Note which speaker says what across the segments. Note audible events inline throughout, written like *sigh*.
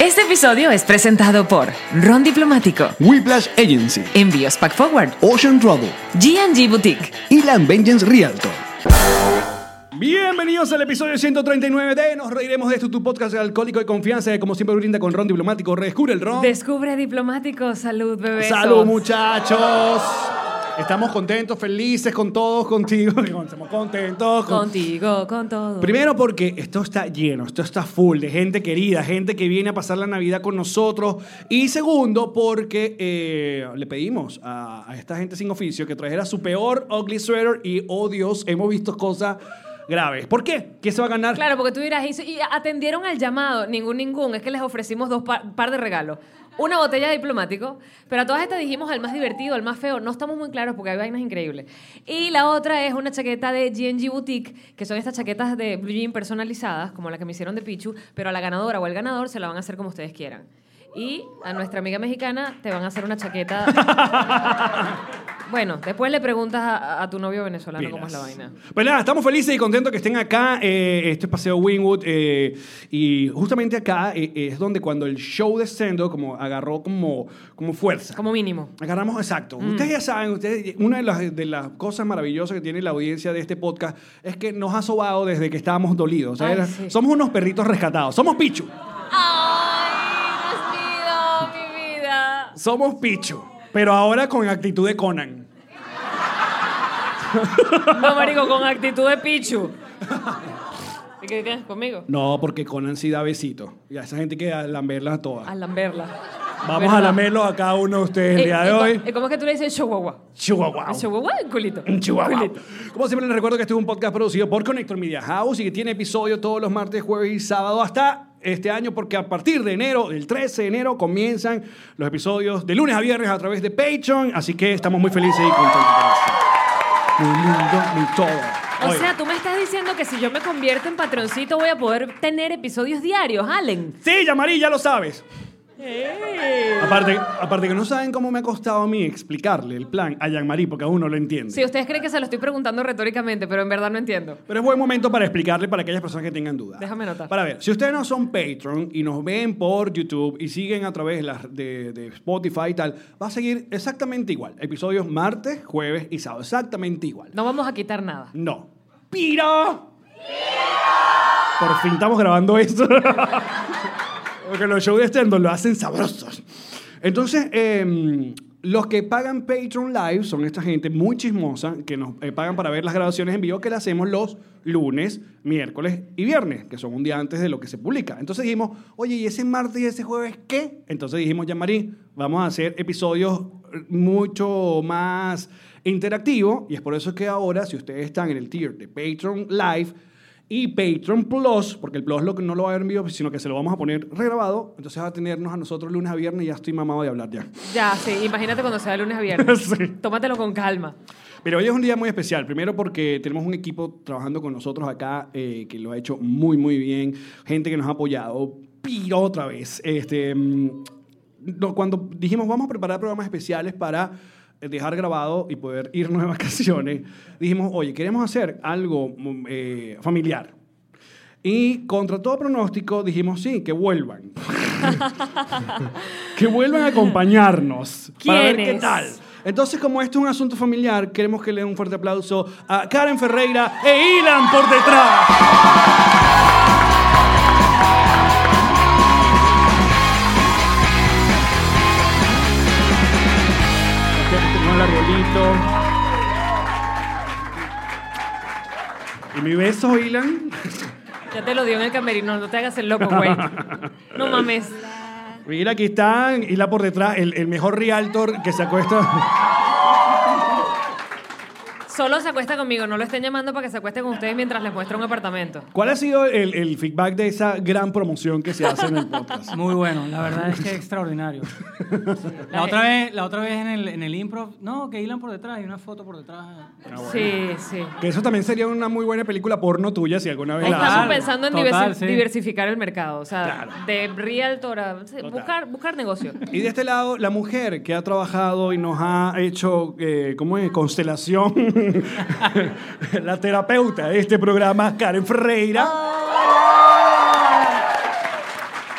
Speaker 1: Este episodio es presentado por Ron Diplomático,
Speaker 2: Whiplash Agency,
Speaker 1: Envíos Pack Forward,
Speaker 2: Ocean Travel
Speaker 1: G&G Boutique.
Speaker 2: y Land Vengeance Realtor.
Speaker 3: Bienvenidos al episodio 139 de Nos Reiremos de esto, tu podcast alcohólico de confianza, que como siempre brinda con ron diplomático. Redescubre el ron.
Speaker 1: Descubre Diplomático. Salud, bebés.
Speaker 3: Salud, muchachos. Estamos contentos, felices con todos, contigo. *laughs* Estamos contentos con-
Speaker 1: Contigo, con todo.
Speaker 3: Primero porque esto está lleno, esto está full de gente querida, gente que viene a pasar la Navidad con nosotros. Y segundo porque eh, le pedimos a, a esta gente sin oficio que trajera su peor ugly sweater y, oh Dios, hemos visto cosas graves. ¿Por qué? ¿Qué se va a ganar?
Speaker 1: Claro, porque tú dirás, "Y- y atendieron al llamado. Ningún, ningún. Es que les ofrecimos dos pa- par de regalos. Una botella de diplomático, pero a todas estas dijimos al más divertido, al más feo. No estamos muy claros porque hay vainas increíbles. Y la otra es una chaqueta de GNG Boutique, que son estas chaquetas de blue jean personalizadas, como la que me hicieron de Pichu, pero a la ganadora o al ganador se la van a hacer como ustedes quieran. Y a nuestra amiga mexicana te van a hacer una chaqueta. bueno, después le preguntas a, a tu novio venezolano cómo es la
Speaker 3: Pilas.
Speaker 1: vaina.
Speaker 3: Pues nada, estamos felices y contentos que estén acá. eh, este es Paseo Wingwood. eh, y justamente acá eh, es donde cuando el show de Sendo como agarró como, como fuerza.
Speaker 1: Como mínimo. Mm.
Speaker 3: Agarramos, exacto. Ustedes ya saben, ustedes, una de las, de las cosas maravillosas que tiene la audiencia de este podcast es que nos ha sobado desde que estábamos dolidos. O sea,
Speaker 1: Ay,
Speaker 3: era-
Speaker 1: sí.
Speaker 3: Somos unos perritos rescatados. Somos Pichu.
Speaker 1: ¡Ay, Dios mío, mi vida!
Speaker 3: Somos Pichu. Pero ahora con actitud de Conan.
Speaker 1: No, marico, con actitud de Pichu. ¿Y qué tienes conmigo?
Speaker 3: No, porque Conan sí da besito. Y a esa gente que a lamberlas a todas.
Speaker 1: A lamberla.
Speaker 3: Vamos
Speaker 1: ¿Verdad?
Speaker 3: a lamerlos a cada uno de ustedes el
Speaker 1: Eh,
Speaker 3: día
Speaker 1: eh,
Speaker 3: de
Speaker 1: co-
Speaker 3: hoy.
Speaker 1: eh, ¿Cómo es que tú le dices chihuahua?
Speaker 3: Chihuahua.
Speaker 1: El Chihuahua el culito.
Speaker 3: Un Chihuahua.
Speaker 1: Culito.
Speaker 3: Como siempre les recuerdo que este es un podcast producido por Connector Media House y que tiene episodio todos los martes, jueves y sábado hasta este año porque a partir de enero, del 13 de enero, comienzan los episodios de lunes a viernes a través de Patreon. Así que estamos muy felices y contentos por eso. Mi mundo, mi todo.
Speaker 1: O
Speaker 3: Oye,
Speaker 1: sea, tú me estás diciendo que si yo me convierto en patroncito voy a poder tener episodios diarios, Allen.
Speaker 3: sí, Yamari, ya lo sabes. Aparte, aparte que no saben cómo me ha costado a mí explicarle el plan a Yamari porque aún no lo entiende.
Speaker 1: Sí, ustedes creen que se lo estoy preguntando retóricamente, pero en verdad no entiendo.
Speaker 3: Pero es buen momento para explicarle para aquellas personas que tengan dudas.
Speaker 1: Déjame anotar.
Speaker 3: Para ver, si ustedes no son Patreon y nos ven por YouTube y siguen a través de las- de, de Spotify y tal, va a seguir exactamente igual. Episodios martes, jueves y sábado. Exactamente igual.
Speaker 1: No vamos a quitar nada.
Speaker 3: No. ¡Pira! Por fin estamos grabando esto. *laughs* Porque los shows de stand lo hacen sabrosos. Entonces, eh, los que pagan Patreon Live son esta gente muy chismosa que nos eh, pagan para ver las grabaciones en vivo que le hacemos los lunes, miércoles y viernes, que son un día antes de lo que se publica. Entonces dijimos, oye, ¿y ese martes y ese jueves qué? Entonces dijimos, ya Marín, vamos a hacer episodios eh, mucho más interactivos y es por eso que ahora, si ustedes están en el tier de Patreon Live, y Patreon Plus, porque el Plus lo que no lo va a ver en vivo, sino que se lo vamos a poner regrabado. Entonces va a tenernos a nosotros lunes a viernes y ya estoy mamado de hablar ya.
Speaker 1: Ya, sí, imagínate cuando sea de lunes a viernes.
Speaker 3: *laughs* Sí.
Speaker 1: Tómatelo con calma.
Speaker 3: Pero hoy es un día muy especial. Primero porque tenemos un equipo trabajando con nosotros acá eh, que lo ha hecho muy, muy bien. Gente que nos ha apoyado. Piro otra vez. Este, mm, no, cuando dijimos vamos a preparar programas especiales para eh, dejar grabado y poder irnos de *laughs* vacaciones, dijimos, oye, queremos hacer algo mm, eh, familiar. Y contra todo pronóstico dijimos, sí, que vuelvan. *laughs* que vuelvan a acompañarnos. Para ver qué
Speaker 1: ¿Quiénes?
Speaker 3: tal. Entonces, como esto es un asunto familiar, queremos que le den un fuerte aplauso a Karen Ferreira e Ilan por detrás. Y mi beso, Ilan.
Speaker 1: Ya te lo dio en el camerino, no te hagas el loco,
Speaker 3: *laughs*
Speaker 1: güey. No mames.
Speaker 3: Mira, aquí están. Hila por detrás, el, el mejor realtor que se acuesta.
Speaker 1: Solo se acuesta conmigo, no lo estén llamando para que se acueste con ustedes mientras les muestro un apartamento.
Speaker 3: ¿Cuál ha sido el, el feedback de esa gran promoción que se hace en el podcast?
Speaker 4: Muy bueno, la verdad es que es extraordinario. La otra
Speaker 3: Eh,
Speaker 4: vez, la otra vez en el, en el improv, no, que hilan por detrás y una foto por detrás.
Speaker 3: Ah,
Speaker 1: Sí, sí.
Speaker 3: Que eso también sería una muy buena película porno tuya si alguna vez la
Speaker 1: Estamos
Speaker 4: Claro,
Speaker 3: haces.
Speaker 1: pensando en
Speaker 4: total,
Speaker 1: diversi-
Speaker 4: sí.
Speaker 1: diversificar el mercado, o sea,
Speaker 3: Claro.
Speaker 1: de realtor a sí, buscar, buscar negocio.
Speaker 3: Y de este lado, la mujer que ha trabajado y nos ha hecho, eh, ¿cómo es? Constelación. *laughs* la terapeuta de este programa, Karen Ferreira.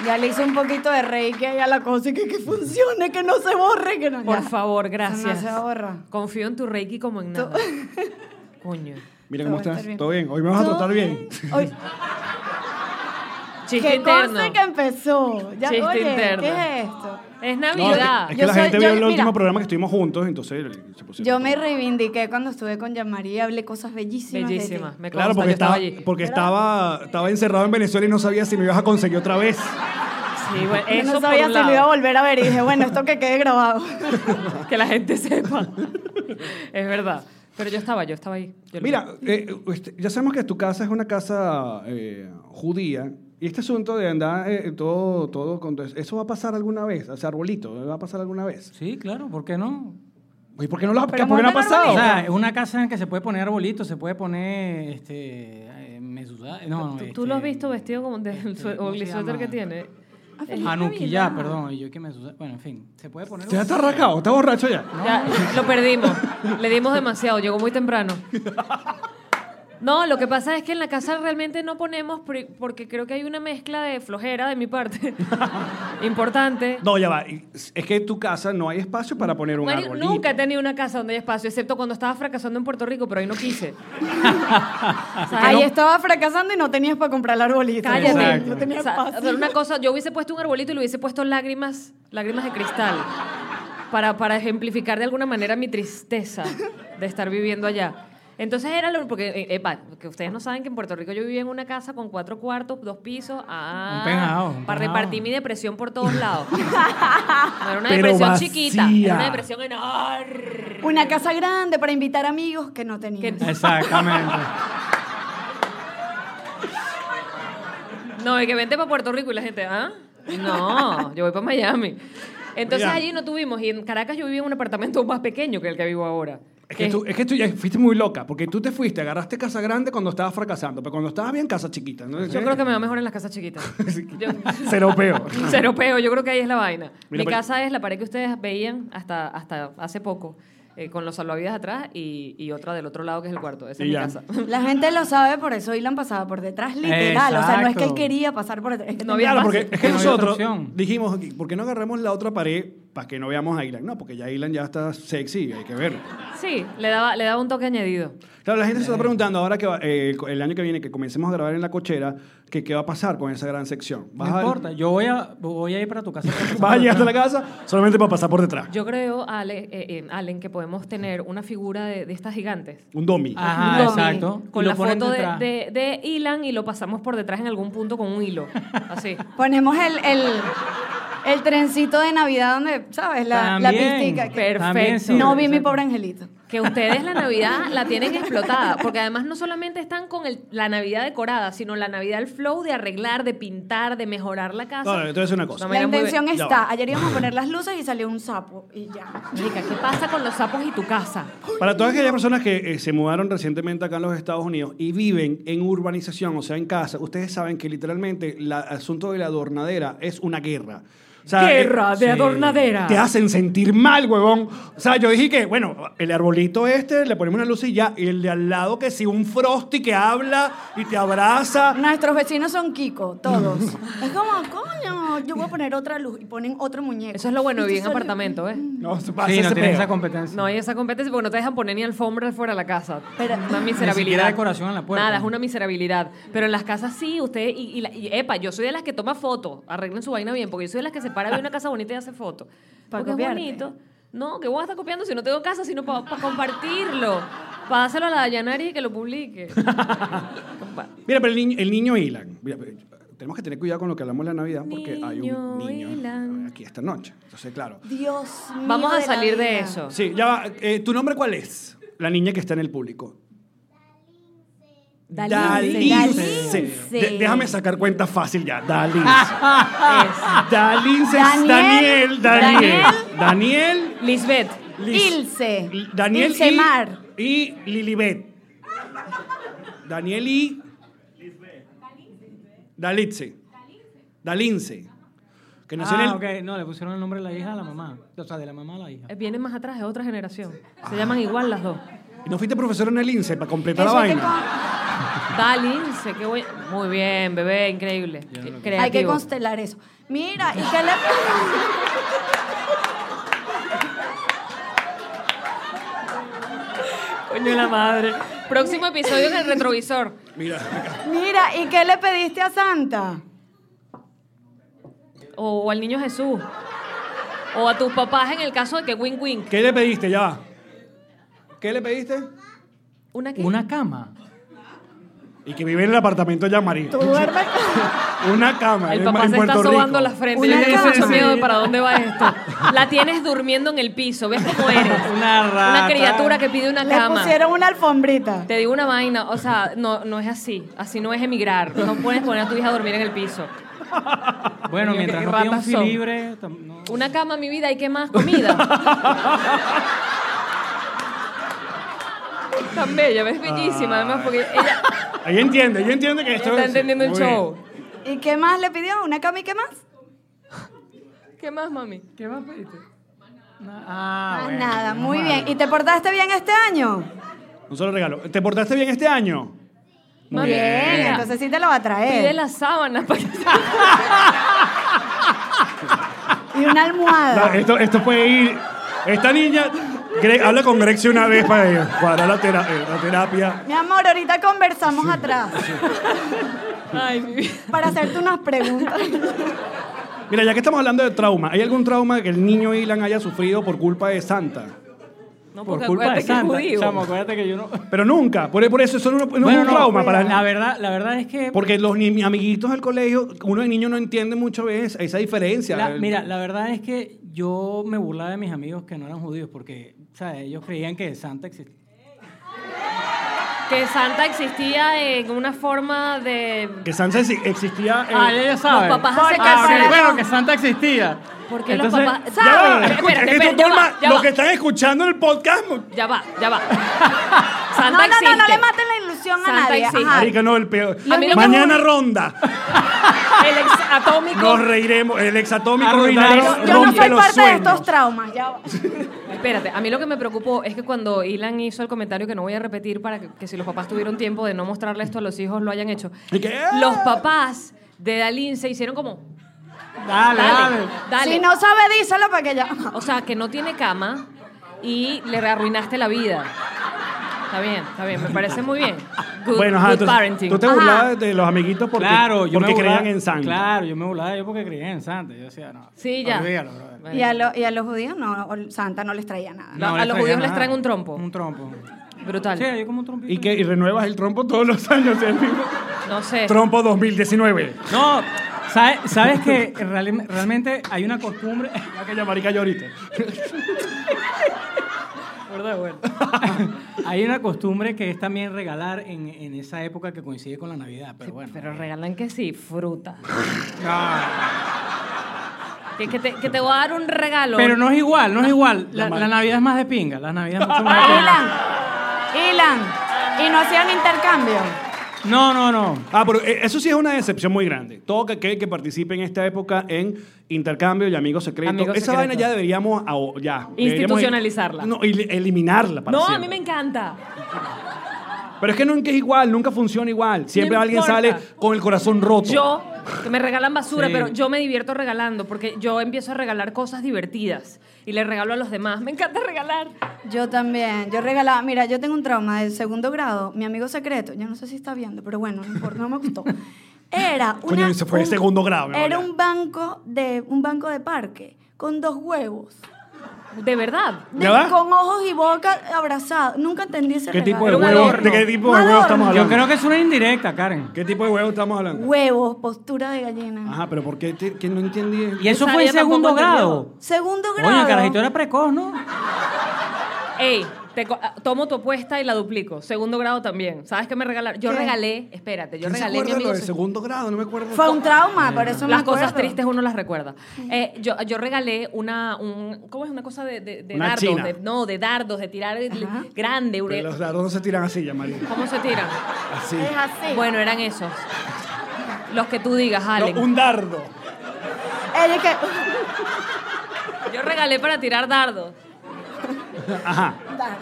Speaker 5: Ya le hice un poquito de reiki ahí a la cosa y que, que funcione, que no se borre, que no.
Speaker 1: Por
Speaker 5: ya.
Speaker 1: favor,
Speaker 5: Eso No
Speaker 1: gracias.
Speaker 5: se borra.
Speaker 1: Ah, Confío en tu Reiki como
Speaker 5: *laughs*
Speaker 1: en nada. Coño.
Speaker 3: Mira cómo
Speaker 5: Todo
Speaker 3: estás.
Speaker 5: va a estar bien.
Speaker 3: ¿Todo bien? Hoy me vas a
Speaker 5: Todo *laughs*
Speaker 3: tratar bien.
Speaker 5: Oye,
Speaker 1: Chiste
Speaker 5: que
Speaker 1: interno.
Speaker 5: conste que empezó. Ya,
Speaker 1: Chiste
Speaker 5: oye,
Speaker 1: interno.
Speaker 5: ¿qué es esto?
Speaker 1: Es
Speaker 3: No, es que-
Speaker 1: Navidad.
Speaker 3: es que
Speaker 5: Yo
Speaker 3: la
Speaker 5: soy-
Speaker 3: gente
Speaker 5: yo-
Speaker 3: vio el
Speaker 5: mira.
Speaker 3: último programa que estuvimos juntos, entonces eh, se pusieron
Speaker 5: Yo me
Speaker 3: todo.
Speaker 5: reivindiqué cuando estuve con Yamari, hablé cosas bellísimas. de ti.
Speaker 1: Bellísima. Me
Speaker 3: Claro,
Speaker 1: consta,
Speaker 3: porque,
Speaker 1: yo estaba
Speaker 3: estaba,
Speaker 1: allí.
Speaker 3: porque estaba, estaba encerrado en Venezuela y no sabía si me ibas a conseguir otra vez.
Speaker 1: Sí, bueno,
Speaker 5: Yo
Speaker 1: eso
Speaker 5: no
Speaker 1: por
Speaker 5: sabía si
Speaker 1: un
Speaker 5: lo iba a
Speaker 1: lado.
Speaker 5: volver a ver y dije, bueno, esto que quede
Speaker 1: *laughs*
Speaker 5: grabado.
Speaker 1: que la gente sepa. *laughs* es verdad. Pero yo estaba, yo estaba ahí. Yo lo
Speaker 3: Mira, eh, este, ya sabemos que tu casa es una casa eh, judía. Y este asunto de andar eh, todo, todo con ¿Eso va a pasar alguna vez? O sea, arbolito, ¿va a pasar alguna vez?
Speaker 4: Sí, claro, ¿por qué no?
Speaker 3: ¿Y por qué no, lo,
Speaker 5: Pero
Speaker 3: por qué no ha
Speaker 5: montan
Speaker 3: pasado?
Speaker 4: O sea, es una casa en la que se puede poner arbolitos, se puede poner este eh, mezuzá- no, no,
Speaker 1: vi. ¿Tú,
Speaker 4: este,
Speaker 1: tú lo has visto vestido como de,
Speaker 5: este,
Speaker 1: el sue-
Speaker 4: ¿cómo
Speaker 1: o el
Speaker 4: se
Speaker 1: suéter
Speaker 4: llama?
Speaker 1: que tiene.
Speaker 5: Ah,
Speaker 4: Hanukkah, perdón, y yo que mezuzá- bueno, en fin, se puede poner
Speaker 3: Ya está rascado, está borracho ya.
Speaker 1: Ya, lo perdimos. Le dimos demasiado, llegó muy temprano. No, lo que pasa es que en la casa realmente no ponemos pri- porque creo que hay una mezcla de flojera de mi parte. *laughs* Importante.
Speaker 3: No, ya va. y- Es que en tu casa no hay espacio para poner un
Speaker 1: Mari-
Speaker 3: arbolito.
Speaker 1: nunca he tenido una casa donde hay espacio, excepto cuando estaba fracasando en Puerto Rico, pero ahí
Speaker 5: *laughs*
Speaker 1: no quise. O sea,
Speaker 5: Ahí estaba fracasando y no tenías para comprar el arbolito.
Speaker 1: Cállate.
Speaker 5: No tenía
Speaker 1: O sea,
Speaker 5: espacio.
Speaker 1: pero una cosa, yo hubiese puesto un arbolito y le hubiese puesto lágrimas, lágrimas de cristal, para, para ejemplificar de alguna manera mi tristeza de estar viviendo allá. Entonces era lo porque eh, epa, que ustedes no saben que en Puerto Rico yo vivía en una casa con cuatro cuartos, dos pisos, ah,
Speaker 4: Un penjao, un
Speaker 1: para
Speaker 4: penjao.
Speaker 1: repartir mi depresión por todos lados. No era una
Speaker 3: Pero
Speaker 1: depresión
Speaker 3: vacía.
Speaker 1: chiquita, era una depresión enorme.
Speaker 5: Una casa grande para invitar amigos que no tenías.
Speaker 1: Que-
Speaker 4: Exactamente.
Speaker 1: No, y que vente para Puerto Rico y la gente, ¿ah? No, yo voy para Miami. Entonces
Speaker 3: Mira.
Speaker 1: allí no tuvimos. Y en Caracas yo vivía en un apartamento más pequeño que el que vivo ahora.
Speaker 3: Es que, tú, es que tú ya fuiste muy loca, porque tú te fuiste, agarraste casa grande cuando estabas fracasando, pero cuando estabas bien, casa chiquita. ¿no?
Speaker 1: Yo
Speaker 3: *laughs*
Speaker 1: creo que me va mejor en las casas chiquitas. Yo-
Speaker 3: Cero
Speaker 1: *laughs*
Speaker 3: peo.
Speaker 1: Cero peo, yo creo que ahí es la vaina.
Speaker 3: Mira,
Speaker 1: Mi
Speaker 3: pero-
Speaker 1: casa es la pared que ustedes veían hasta, hasta hace poco, eh, con los salvavidas atrás y, y otra del otro lado que es el cuarto. Esa
Speaker 3: Y
Speaker 1: es mi
Speaker 3: ya.
Speaker 1: casa. *laughs*
Speaker 5: La gente lo sabe, por eso Ilan pasaba por detrás, literal. O sea, no es que él
Speaker 4: Exacto.
Speaker 5: quería pasar por detrás. es que
Speaker 1: No
Speaker 5: tenía
Speaker 1: había
Speaker 3: Claro,
Speaker 5: espacio.
Speaker 3: porque es que
Speaker 4: No había otra
Speaker 3: nosotros
Speaker 4: opción.
Speaker 3: dijimos, ¿por qué no agarramos la otra pared para que no veamos a Ilan? No, porque ya Ilan ya está sexy, hay que verlo.
Speaker 1: Sí, le daba, le daba un toque añadido.
Speaker 3: Claro, la gente se está preguntando ahora que va- eh, el, el año que viene, que comencemos a grabar en la cochera, que qué va a pasar con esa gran sección.
Speaker 4: No
Speaker 3: ¿Vas a-
Speaker 4: importa, yo voy a, voy a ir para tu casa.
Speaker 3: *laughs* ¿Vas a llegar hasta la casa solamente para pasar por detrás?
Speaker 1: Yo creo, Ale, eh, eh, Allen, que podemos tener una figura de- de estas gigantes.
Speaker 3: Un domi.
Speaker 4: Ajá,
Speaker 1: No,
Speaker 4: exacto.
Speaker 1: Con
Speaker 4: Y lo
Speaker 1: la
Speaker 4: ponen
Speaker 1: foto de,
Speaker 4: detrás.
Speaker 1: de, de Ilan y lo pasamos por detrás en algún punto con un hilo. Así.
Speaker 5: *laughs* Ponemos el, el, el trencito de Navidad donde, ¿sabes? La, la
Speaker 4: También,
Speaker 5: pistica. que-
Speaker 1: Perfecto.
Speaker 4: también sirve,
Speaker 5: no vi mi
Speaker 4: exacto.
Speaker 5: pobre angelito.
Speaker 1: Que ustedes la Navidad la tienen explotada. Porque además no solamente están con el- la Navidad decorada, sino la Navidad el flow de arreglar, de pintar, de mejorar la casa.
Speaker 3: No, no, te voy a decir una cosa.
Speaker 1: No,
Speaker 5: La
Speaker 1: mira, muy
Speaker 5: intención
Speaker 1: bien.
Speaker 3: Ya
Speaker 5: está.
Speaker 3: va.
Speaker 5: Ayer íbamos a poner las luces y salió un sapo y ya.
Speaker 1: Marica, ¿qué pasa con los sapos y tu casa?
Speaker 3: Para todas aquellas personas que eh, se mudaron recientemente acá en los Estados Unidos y viven en urbanización, o sea, en casa, ustedes saben que literalmente el asunto de la adornadera es una guerra. O sea, eh,
Speaker 1: de adornadera.
Speaker 3: te hacen sentir mal, huevón. O sea, yo dije que, bueno, el arbolito este, le ponemos una luz y ya. Y el de al lado, que sí, un frosty que habla y te abraza.
Speaker 5: Nuestros vecinos son Kiko, todos. es como, coño, yo voy a poner otra luz y ponen otro muñeco.
Speaker 1: Eso es lo bueno de
Speaker 5: Y
Speaker 1: vivir en
Speaker 5: salió- Mm.
Speaker 1: apartamento, ¿eh?
Speaker 3: No, se pasa
Speaker 4: Sí, no
Speaker 3: ese
Speaker 4: tienes
Speaker 3: peo.
Speaker 4: esa competencia.
Speaker 1: No hay esa competencia porque no te dejan poner ni alfombra fuera de la casa.
Speaker 5: Pero-
Speaker 1: una miserabilidad.
Speaker 4: siquiera decoración en la puerta.
Speaker 1: Nada, es una miserabilidad. Pero en las casas sí, ustedes. Y, y la- y, epa, yo soy de las que toma fotos. Arreglen su vaina bien, porque yo soy de las que se para ve una casa bonita y
Speaker 3: *laughs*
Speaker 1: hace fotos.
Speaker 5: Pa'
Speaker 1: Porque
Speaker 5: copiarte.
Speaker 1: es bonito. No, que voy a estar copiando si no tengo casa, sino para compartirlo. Pásalo a la Dayanari y que
Speaker 3: *laughs*
Speaker 1: lo publique. Compa-
Speaker 3: Mira, pero el, niño- el niño Ilan. Mira, pero tenemos que tener cuidado con lo que hablamos en la Navidad porque hay
Speaker 1: Niño
Speaker 3: un niño
Speaker 1: Ilan.
Speaker 3: aquí esta noche. Entonces, claro.
Speaker 5: Dios mío.
Speaker 1: Vamos a
Speaker 5: la
Speaker 1: salir de
Speaker 5: vida.
Speaker 1: eso.
Speaker 3: Sí, ya va. Eh, ¿Tu nombre cuál es? La niña que está en el público.
Speaker 1: Dalince.
Speaker 3: Dalince. De- déjame sacar cuenta fácil ya. Dalince. *laughs* Dalince es Daniel.
Speaker 5: Daniel.
Speaker 3: Daniel. Daniel.
Speaker 1: Lisbeth.
Speaker 3: Liz-
Speaker 5: Ilse.
Speaker 3: L- Daniel y,
Speaker 5: Ilsemar.
Speaker 3: y Lilibet. Daniel y. Dalitze. Dalince. Que nació en el.
Speaker 4: Ah, ok. No, le pusieron el nombre de la hija a la mamá. O sea, de la mamá a la hija.
Speaker 1: Eh, Vienen más atrás, es otra generación. Se llaman igual las dos.
Speaker 3: ¿Y ¿No fuiste profesor en el INSE para completar
Speaker 5: Eso
Speaker 3: la
Speaker 5: hay que
Speaker 3: vaina?
Speaker 1: Dalince, qué bueno. Muy bien, bebé, increíble.
Speaker 5: con- Hay que
Speaker 1: Creativo.
Speaker 5: constelar eso. Mira, ¿y qué le
Speaker 1: Coño de la madre. Próximo episodio en el retrovisor.
Speaker 3: Mira,
Speaker 5: Mira, ¿y qué le pediste a Santa?
Speaker 1: O, al niño Jesús. O a tus papás en el caso de que win win.
Speaker 3: ¿qué le pediste ya? va? ¿Qué le pediste?
Speaker 1: ¿Una qué?
Speaker 4: Una cama.
Speaker 3: Y que vive en el apartamento de Yamari.
Speaker 5: Tú duermes.
Speaker 3: *laughs* Una cama.
Speaker 1: El
Speaker 3: en-
Speaker 1: papá
Speaker 3: en
Speaker 1: se está
Speaker 3: Puerto
Speaker 1: sobando
Speaker 3: Rico.
Speaker 1: la frente.
Speaker 5: Una
Speaker 1: Yo tengo
Speaker 5: cama.
Speaker 1: mucho miedo de para dónde va esto. La tienes durmiendo en el piso. ¿Ves cómo eres?
Speaker 3: *laughs*
Speaker 4: Una rata.
Speaker 1: Una criatura que pide una
Speaker 5: Le
Speaker 1: cama.
Speaker 5: pusieron una alfombrita.
Speaker 1: Te digo una vaina. O sea, no, no es así. Así no es emigrar. No puedes poner a tu hija a dormir en el piso.
Speaker 4: Bueno,
Speaker 1: Coño,
Speaker 4: mientras
Speaker 1: qué
Speaker 4: no pida un
Speaker 1: ratas son.
Speaker 4: filibre. tam- no.
Speaker 1: Una cama, mi vida, ¿y qué más? Comida. Tan bella, ves bellísima, además, porque ella
Speaker 3: Ella entiende, ella entiende que esto
Speaker 1: está
Speaker 3: es-
Speaker 1: entendiendo el
Speaker 3: Muy bien.
Speaker 1: show.
Speaker 5: ¿Y qué más le pidió? ¿Una cama y qué más?
Speaker 1: ¿Qué más, mami?
Speaker 4: ¿Qué más pediste? Na- Ah,
Speaker 5: Más
Speaker 4: bueno,
Speaker 5: nada,
Speaker 4: menos
Speaker 5: muy
Speaker 4: mal.
Speaker 5: bien. ¿Y te portaste bien este año?
Speaker 3: Un solo regalo. ¿Te portaste bien este año?
Speaker 1: Muy
Speaker 5: Bien, entonces sí te lo va a
Speaker 1: Pide
Speaker 5: traer.
Speaker 1: la sábana pues. para que
Speaker 5: *laughs* Y una
Speaker 3: La-
Speaker 5: almohada.
Speaker 3: esto, esto puede ir. Esta niña. Greg, habla con Grexi una vez para cuadrar la, tera- eh, la terapia.
Speaker 5: Mi amor, ahorita conversamos atrás
Speaker 1: *laughs* Ay, mi vida.
Speaker 5: para hacerte unas preguntas.
Speaker 3: Mira, ya que estamos hablando de trauma, ¿hay algún trauma que el niño Ilan haya sufrido por culpa de Santa?
Speaker 1: No,
Speaker 4: Por
Speaker 1: porque
Speaker 4: culpa de
Speaker 1: acuérdate que es
Speaker 4: Santa.
Speaker 1: judío.
Speaker 4: Chamo, acuérdate que yo no.
Speaker 3: Pero nunca. Por, por eso eso no, no es un trauma para
Speaker 4: pues, La verdad, la verdad es que.
Speaker 3: Porque los ni- amiguitos del colegio, uno de niño no entiende mucho esa, esa diferencia.
Speaker 4: la-
Speaker 3: El-
Speaker 4: mira, la verdad es que yo me burlaba de mis amigos que no eran judíos porque, ¿sabes? Ellos creían que Santa existía.
Speaker 1: Que Santa existía en una forma de... eh,
Speaker 3: que Santa exi- existía. en-
Speaker 4: Ah, ya, ya saben.
Speaker 1: Los papás se
Speaker 4: ah, ok,
Speaker 1: casaron.
Speaker 4: bueno, que Santa existía.
Speaker 1: ¿Por qué los
Speaker 4: Entonces,
Speaker 1: papás-
Speaker 3: Ya va,
Speaker 1: ¿saben?
Speaker 3: escucha,
Speaker 1: Espérate,
Speaker 3: esto
Speaker 1: espérate, ya
Speaker 3: toma-
Speaker 1: va, ya
Speaker 3: los
Speaker 1: va.
Speaker 3: que están escuchando en el podcast. mo-
Speaker 1: Ya va, ya va. *laughs*
Speaker 5: No,
Speaker 1: Santa
Speaker 5: no, no, no
Speaker 1: existe.
Speaker 5: le maten la ilusión
Speaker 1: Santa
Speaker 5: a nadie.
Speaker 1: existe.
Speaker 5: Ajá.
Speaker 3: Marica, no, el peor.
Speaker 1: A mí lo que
Speaker 3: Mañana
Speaker 1: me-
Speaker 3: ronda.
Speaker 1: El ex atómico.
Speaker 3: Nos reiremos. El exatómico
Speaker 4: Arruinar-
Speaker 3: rompe
Speaker 5: Yo no soy
Speaker 3: los
Speaker 5: parte de
Speaker 3: sueños.
Speaker 5: estos traumas. Ya va.
Speaker 1: Espérate, a mí lo que me preocupó es que cuando Ilan hizo el comentario que no voy a repetir para que, que si los papás tuvieron tiempo de no mostrarle esto a los hijos lo hayan hecho.
Speaker 3: ¿Y qué?
Speaker 1: Los papás de Dalín se hicieron como,
Speaker 4: Dale, dale.
Speaker 1: dale, dale.
Speaker 5: Si no sabe, díselo para que ya.
Speaker 1: O sea, que no tiene cama y le arruinaste la vida. Está bien, está bien, me parece muy bien. Good,
Speaker 3: bueno, ajá,
Speaker 1: good
Speaker 3: entonces,
Speaker 1: parenting.
Speaker 3: tú te
Speaker 5: Ajá.
Speaker 3: burlabas de los amiguitos porque,
Speaker 4: claro, yo
Speaker 3: porque
Speaker 4: me burlaba-
Speaker 3: creían en sangre.
Speaker 4: Claro, yo me burlaba yo porque creía en Santa. Yo decía, no.
Speaker 1: Sí, ya.
Speaker 4: olvídalo, brother.
Speaker 1: Bueno.
Speaker 5: Y a, lo- y a los judíos no, o- Santa no les traía nada.
Speaker 1: No, a
Speaker 4: les
Speaker 1: los
Speaker 4: traía
Speaker 1: judíos les
Speaker 4: nada.
Speaker 1: traen un trompo.
Speaker 4: Un trompo.
Speaker 1: Brutal.
Speaker 4: Sí, yo como un trompito.
Speaker 3: Y que y renuevas el trompo todos los años. el mismo.
Speaker 1: No sé.
Speaker 3: Trompo 2019.
Speaker 4: No, ¿sabes, sabes que real- realmente hay una costumbre.
Speaker 3: Ya que ya marica yo
Speaker 4: *laughs*
Speaker 3: ahorita.
Speaker 4: *laughs* hay una costumbre que es también regalar en, en esa época que coincide con la Navidad, pero bueno.
Speaker 1: Pero regalan que sí, fruta.
Speaker 4: *laughs* No,
Speaker 1: Que, que te, que te voy a dar un regalo.
Speaker 4: pero no es igual, no es igual. La,
Speaker 3: mal-
Speaker 4: la Navidad es más de pinga, la
Speaker 1: *laughs*
Speaker 4: Navidad es mucho más de pinga.
Speaker 5: Ilan, Ilan, y no hacían intercambio.
Speaker 4: No, no, no.
Speaker 3: Ah, pero eh, eso sí es una decepción muy grande. Todo que, que, que participe en esta época en intercambio y amigos secretos.
Speaker 1: Amigos
Speaker 3: Esa
Speaker 1: secretos.
Speaker 3: vaina ya deberíamos aho- ya, deberíamos-
Speaker 1: Institucionalizarla.
Speaker 3: no, y eliminarla. para
Speaker 1: No, a
Speaker 3: siempre.
Speaker 1: mí me encanta.
Speaker 3: Pero es que nunca es igual, nunca funciona igual. Siempre
Speaker 1: No
Speaker 3: alguien
Speaker 1: importa.
Speaker 3: sale con el corazón roto.
Speaker 1: Yo, que me regalan basura,
Speaker 4: Sí.
Speaker 1: pero yo me divierto regalando porque yo empiezo a regalar cosas divertidas y le regalo a los demás. Me encanta regalar.
Speaker 5: Yo también, yo regalaba, mira, yo tengo un trauma del segundo grado, mi amigo secreto, yo no sé si está viendo, pero bueno, no importa, no me
Speaker 1: *laughs*
Speaker 5: gustó. Era
Speaker 3: Coño,
Speaker 5: una-
Speaker 3: ese fue de segundo grado, mi amor,
Speaker 5: Era
Speaker 3: ya.
Speaker 5: un banco de un banco de parque con dos huevos.
Speaker 1: De verdad.
Speaker 3: ¿Ya va?
Speaker 5: Con ojos y boca abrazada. Nunca entendí ese
Speaker 3: ¿Qué
Speaker 5: regalo.
Speaker 3: tipo de
Speaker 1: Un
Speaker 3: huevo,
Speaker 1: adorno.
Speaker 3: ¿De qué tipo
Speaker 5: Un
Speaker 3: de huevo
Speaker 5: adorno.
Speaker 3: estamos hablando?
Speaker 4: Yo creo que es una indirecta, Karen.
Speaker 3: ¿Qué tipo de huevo estamos hablando?
Speaker 5: Huevos, postura de gallina.
Speaker 3: Ajá, pero ¿por qué te- que no entendí?
Speaker 4: Y eso
Speaker 1: Esa
Speaker 4: fue en
Speaker 1: ella tampoco
Speaker 4: segundo
Speaker 1: entendió.
Speaker 4: grado.
Speaker 5: Segundo grado.
Speaker 4: Oye, carajito era precoz, ¿no?
Speaker 1: Ey, te co- ah, tomo tu apuesta y la duplico. Segundo grado también. ¿Sabes qué me regalaron? Yo
Speaker 5: ¿Qué?
Speaker 1: regalé, espérate, yo
Speaker 3: ¿Quién se
Speaker 1: regalé mi
Speaker 3: acuerda de
Speaker 1: amigo.
Speaker 3: lo de segundo grado? No me acuerdo. Eh,
Speaker 5: Fue un trauma, por eso me
Speaker 1: Las
Speaker 5: acuerdo.
Speaker 1: cosas tristes uno las recuerda. Eh, yo, yo regalé una, un, ¿cómo es? Una cosa de, de- de
Speaker 3: Una
Speaker 1: dardos.
Speaker 3: china.
Speaker 1: de- no, de dardos, de tirar el- grande. ure-
Speaker 3: Pero los dardos no se tiran así, ya, María.
Speaker 1: ¿Cómo se tiran?
Speaker 3: Así.
Speaker 5: Es así.
Speaker 1: Bueno, eran esos. Los que tú digas,
Speaker 3: No,
Speaker 1: Alex.
Speaker 3: un dardo.
Speaker 5: Eric,
Speaker 1: Yo regalé para tirar dardos.
Speaker 3: Ajá.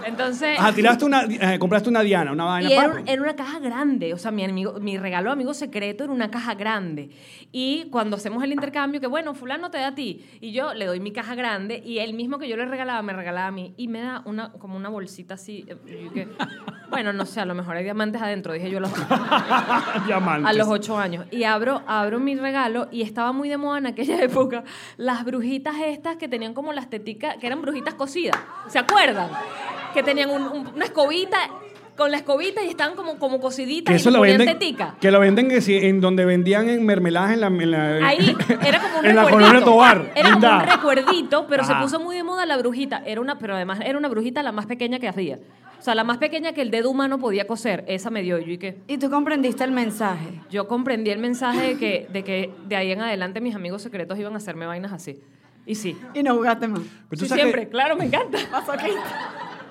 Speaker 1: Entonces...
Speaker 3: Ajá, tiraste una, eh, compraste una diana, una vaina.
Speaker 1: Y era,
Speaker 3: pa,
Speaker 1: un- era una caja grande, o sea, mi, amigo, mi regalo amigo secreto era una caja grande. Y cuando hacemos el intercambio, que bueno, fulano te da a ti, y yo le doy mi caja grande, y el mismo que yo le regalaba, me regalaba a mí, y me da una, como una bolsita así, eh, y yo que, bueno, no sé, a lo mejor hay diamantes adentro, dije yo a los,
Speaker 3: *laughs* Diamantes.
Speaker 1: a los ocho años. Y abro, abro mi regalo, y estaba muy de moda en aquella *laughs* época, las brujitas estas que tenían como las teticas, que eran brujitas cocidas, ¿se acuerdan? Que tenían un- un- una escobita con la escobita y estaban como, como cociditas
Speaker 3: Que eso
Speaker 1: y le
Speaker 3: lo
Speaker 1: ponían
Speaker 3: venden.
Speaker 1: tetica.
Speaker 3: Que lo venden que sí, en donde vendían en mermeladas en la. en la- eh. *laughs*
Speaker 1: Ahí era como un
Speaker 3: En la
Speaker 1: recuerdito.
Speaker 3: colonia Tobar.
Speaker 1: Era como un
Speaker 3: linda.
Speaker 1: recuerdito, pero
Speaker 3: Ajá.
Speaker 1: se puso muy de moda la brujita. Era una, pero además era una brujita la más pequeña que hacía. O sea, la más pequeña que el dedo humano podía coser. Esa me dio yo y que
Speaker 5: y tú comprendiste el mensaje.
Speaker 1: yo comprendí el mensaje de que, de que de ahí en adelante mis amigos secretos iban a hacerme vainas así. Y sí.
Speaker 5: Y no jugaste más.
Speaker 3: Pero tú
Speaker 1: Sí,
Speaker 3: sabes que-
Speaker 1: siempre, claro,
Speaker 5: *laughs*
Speaker 1: me encanta.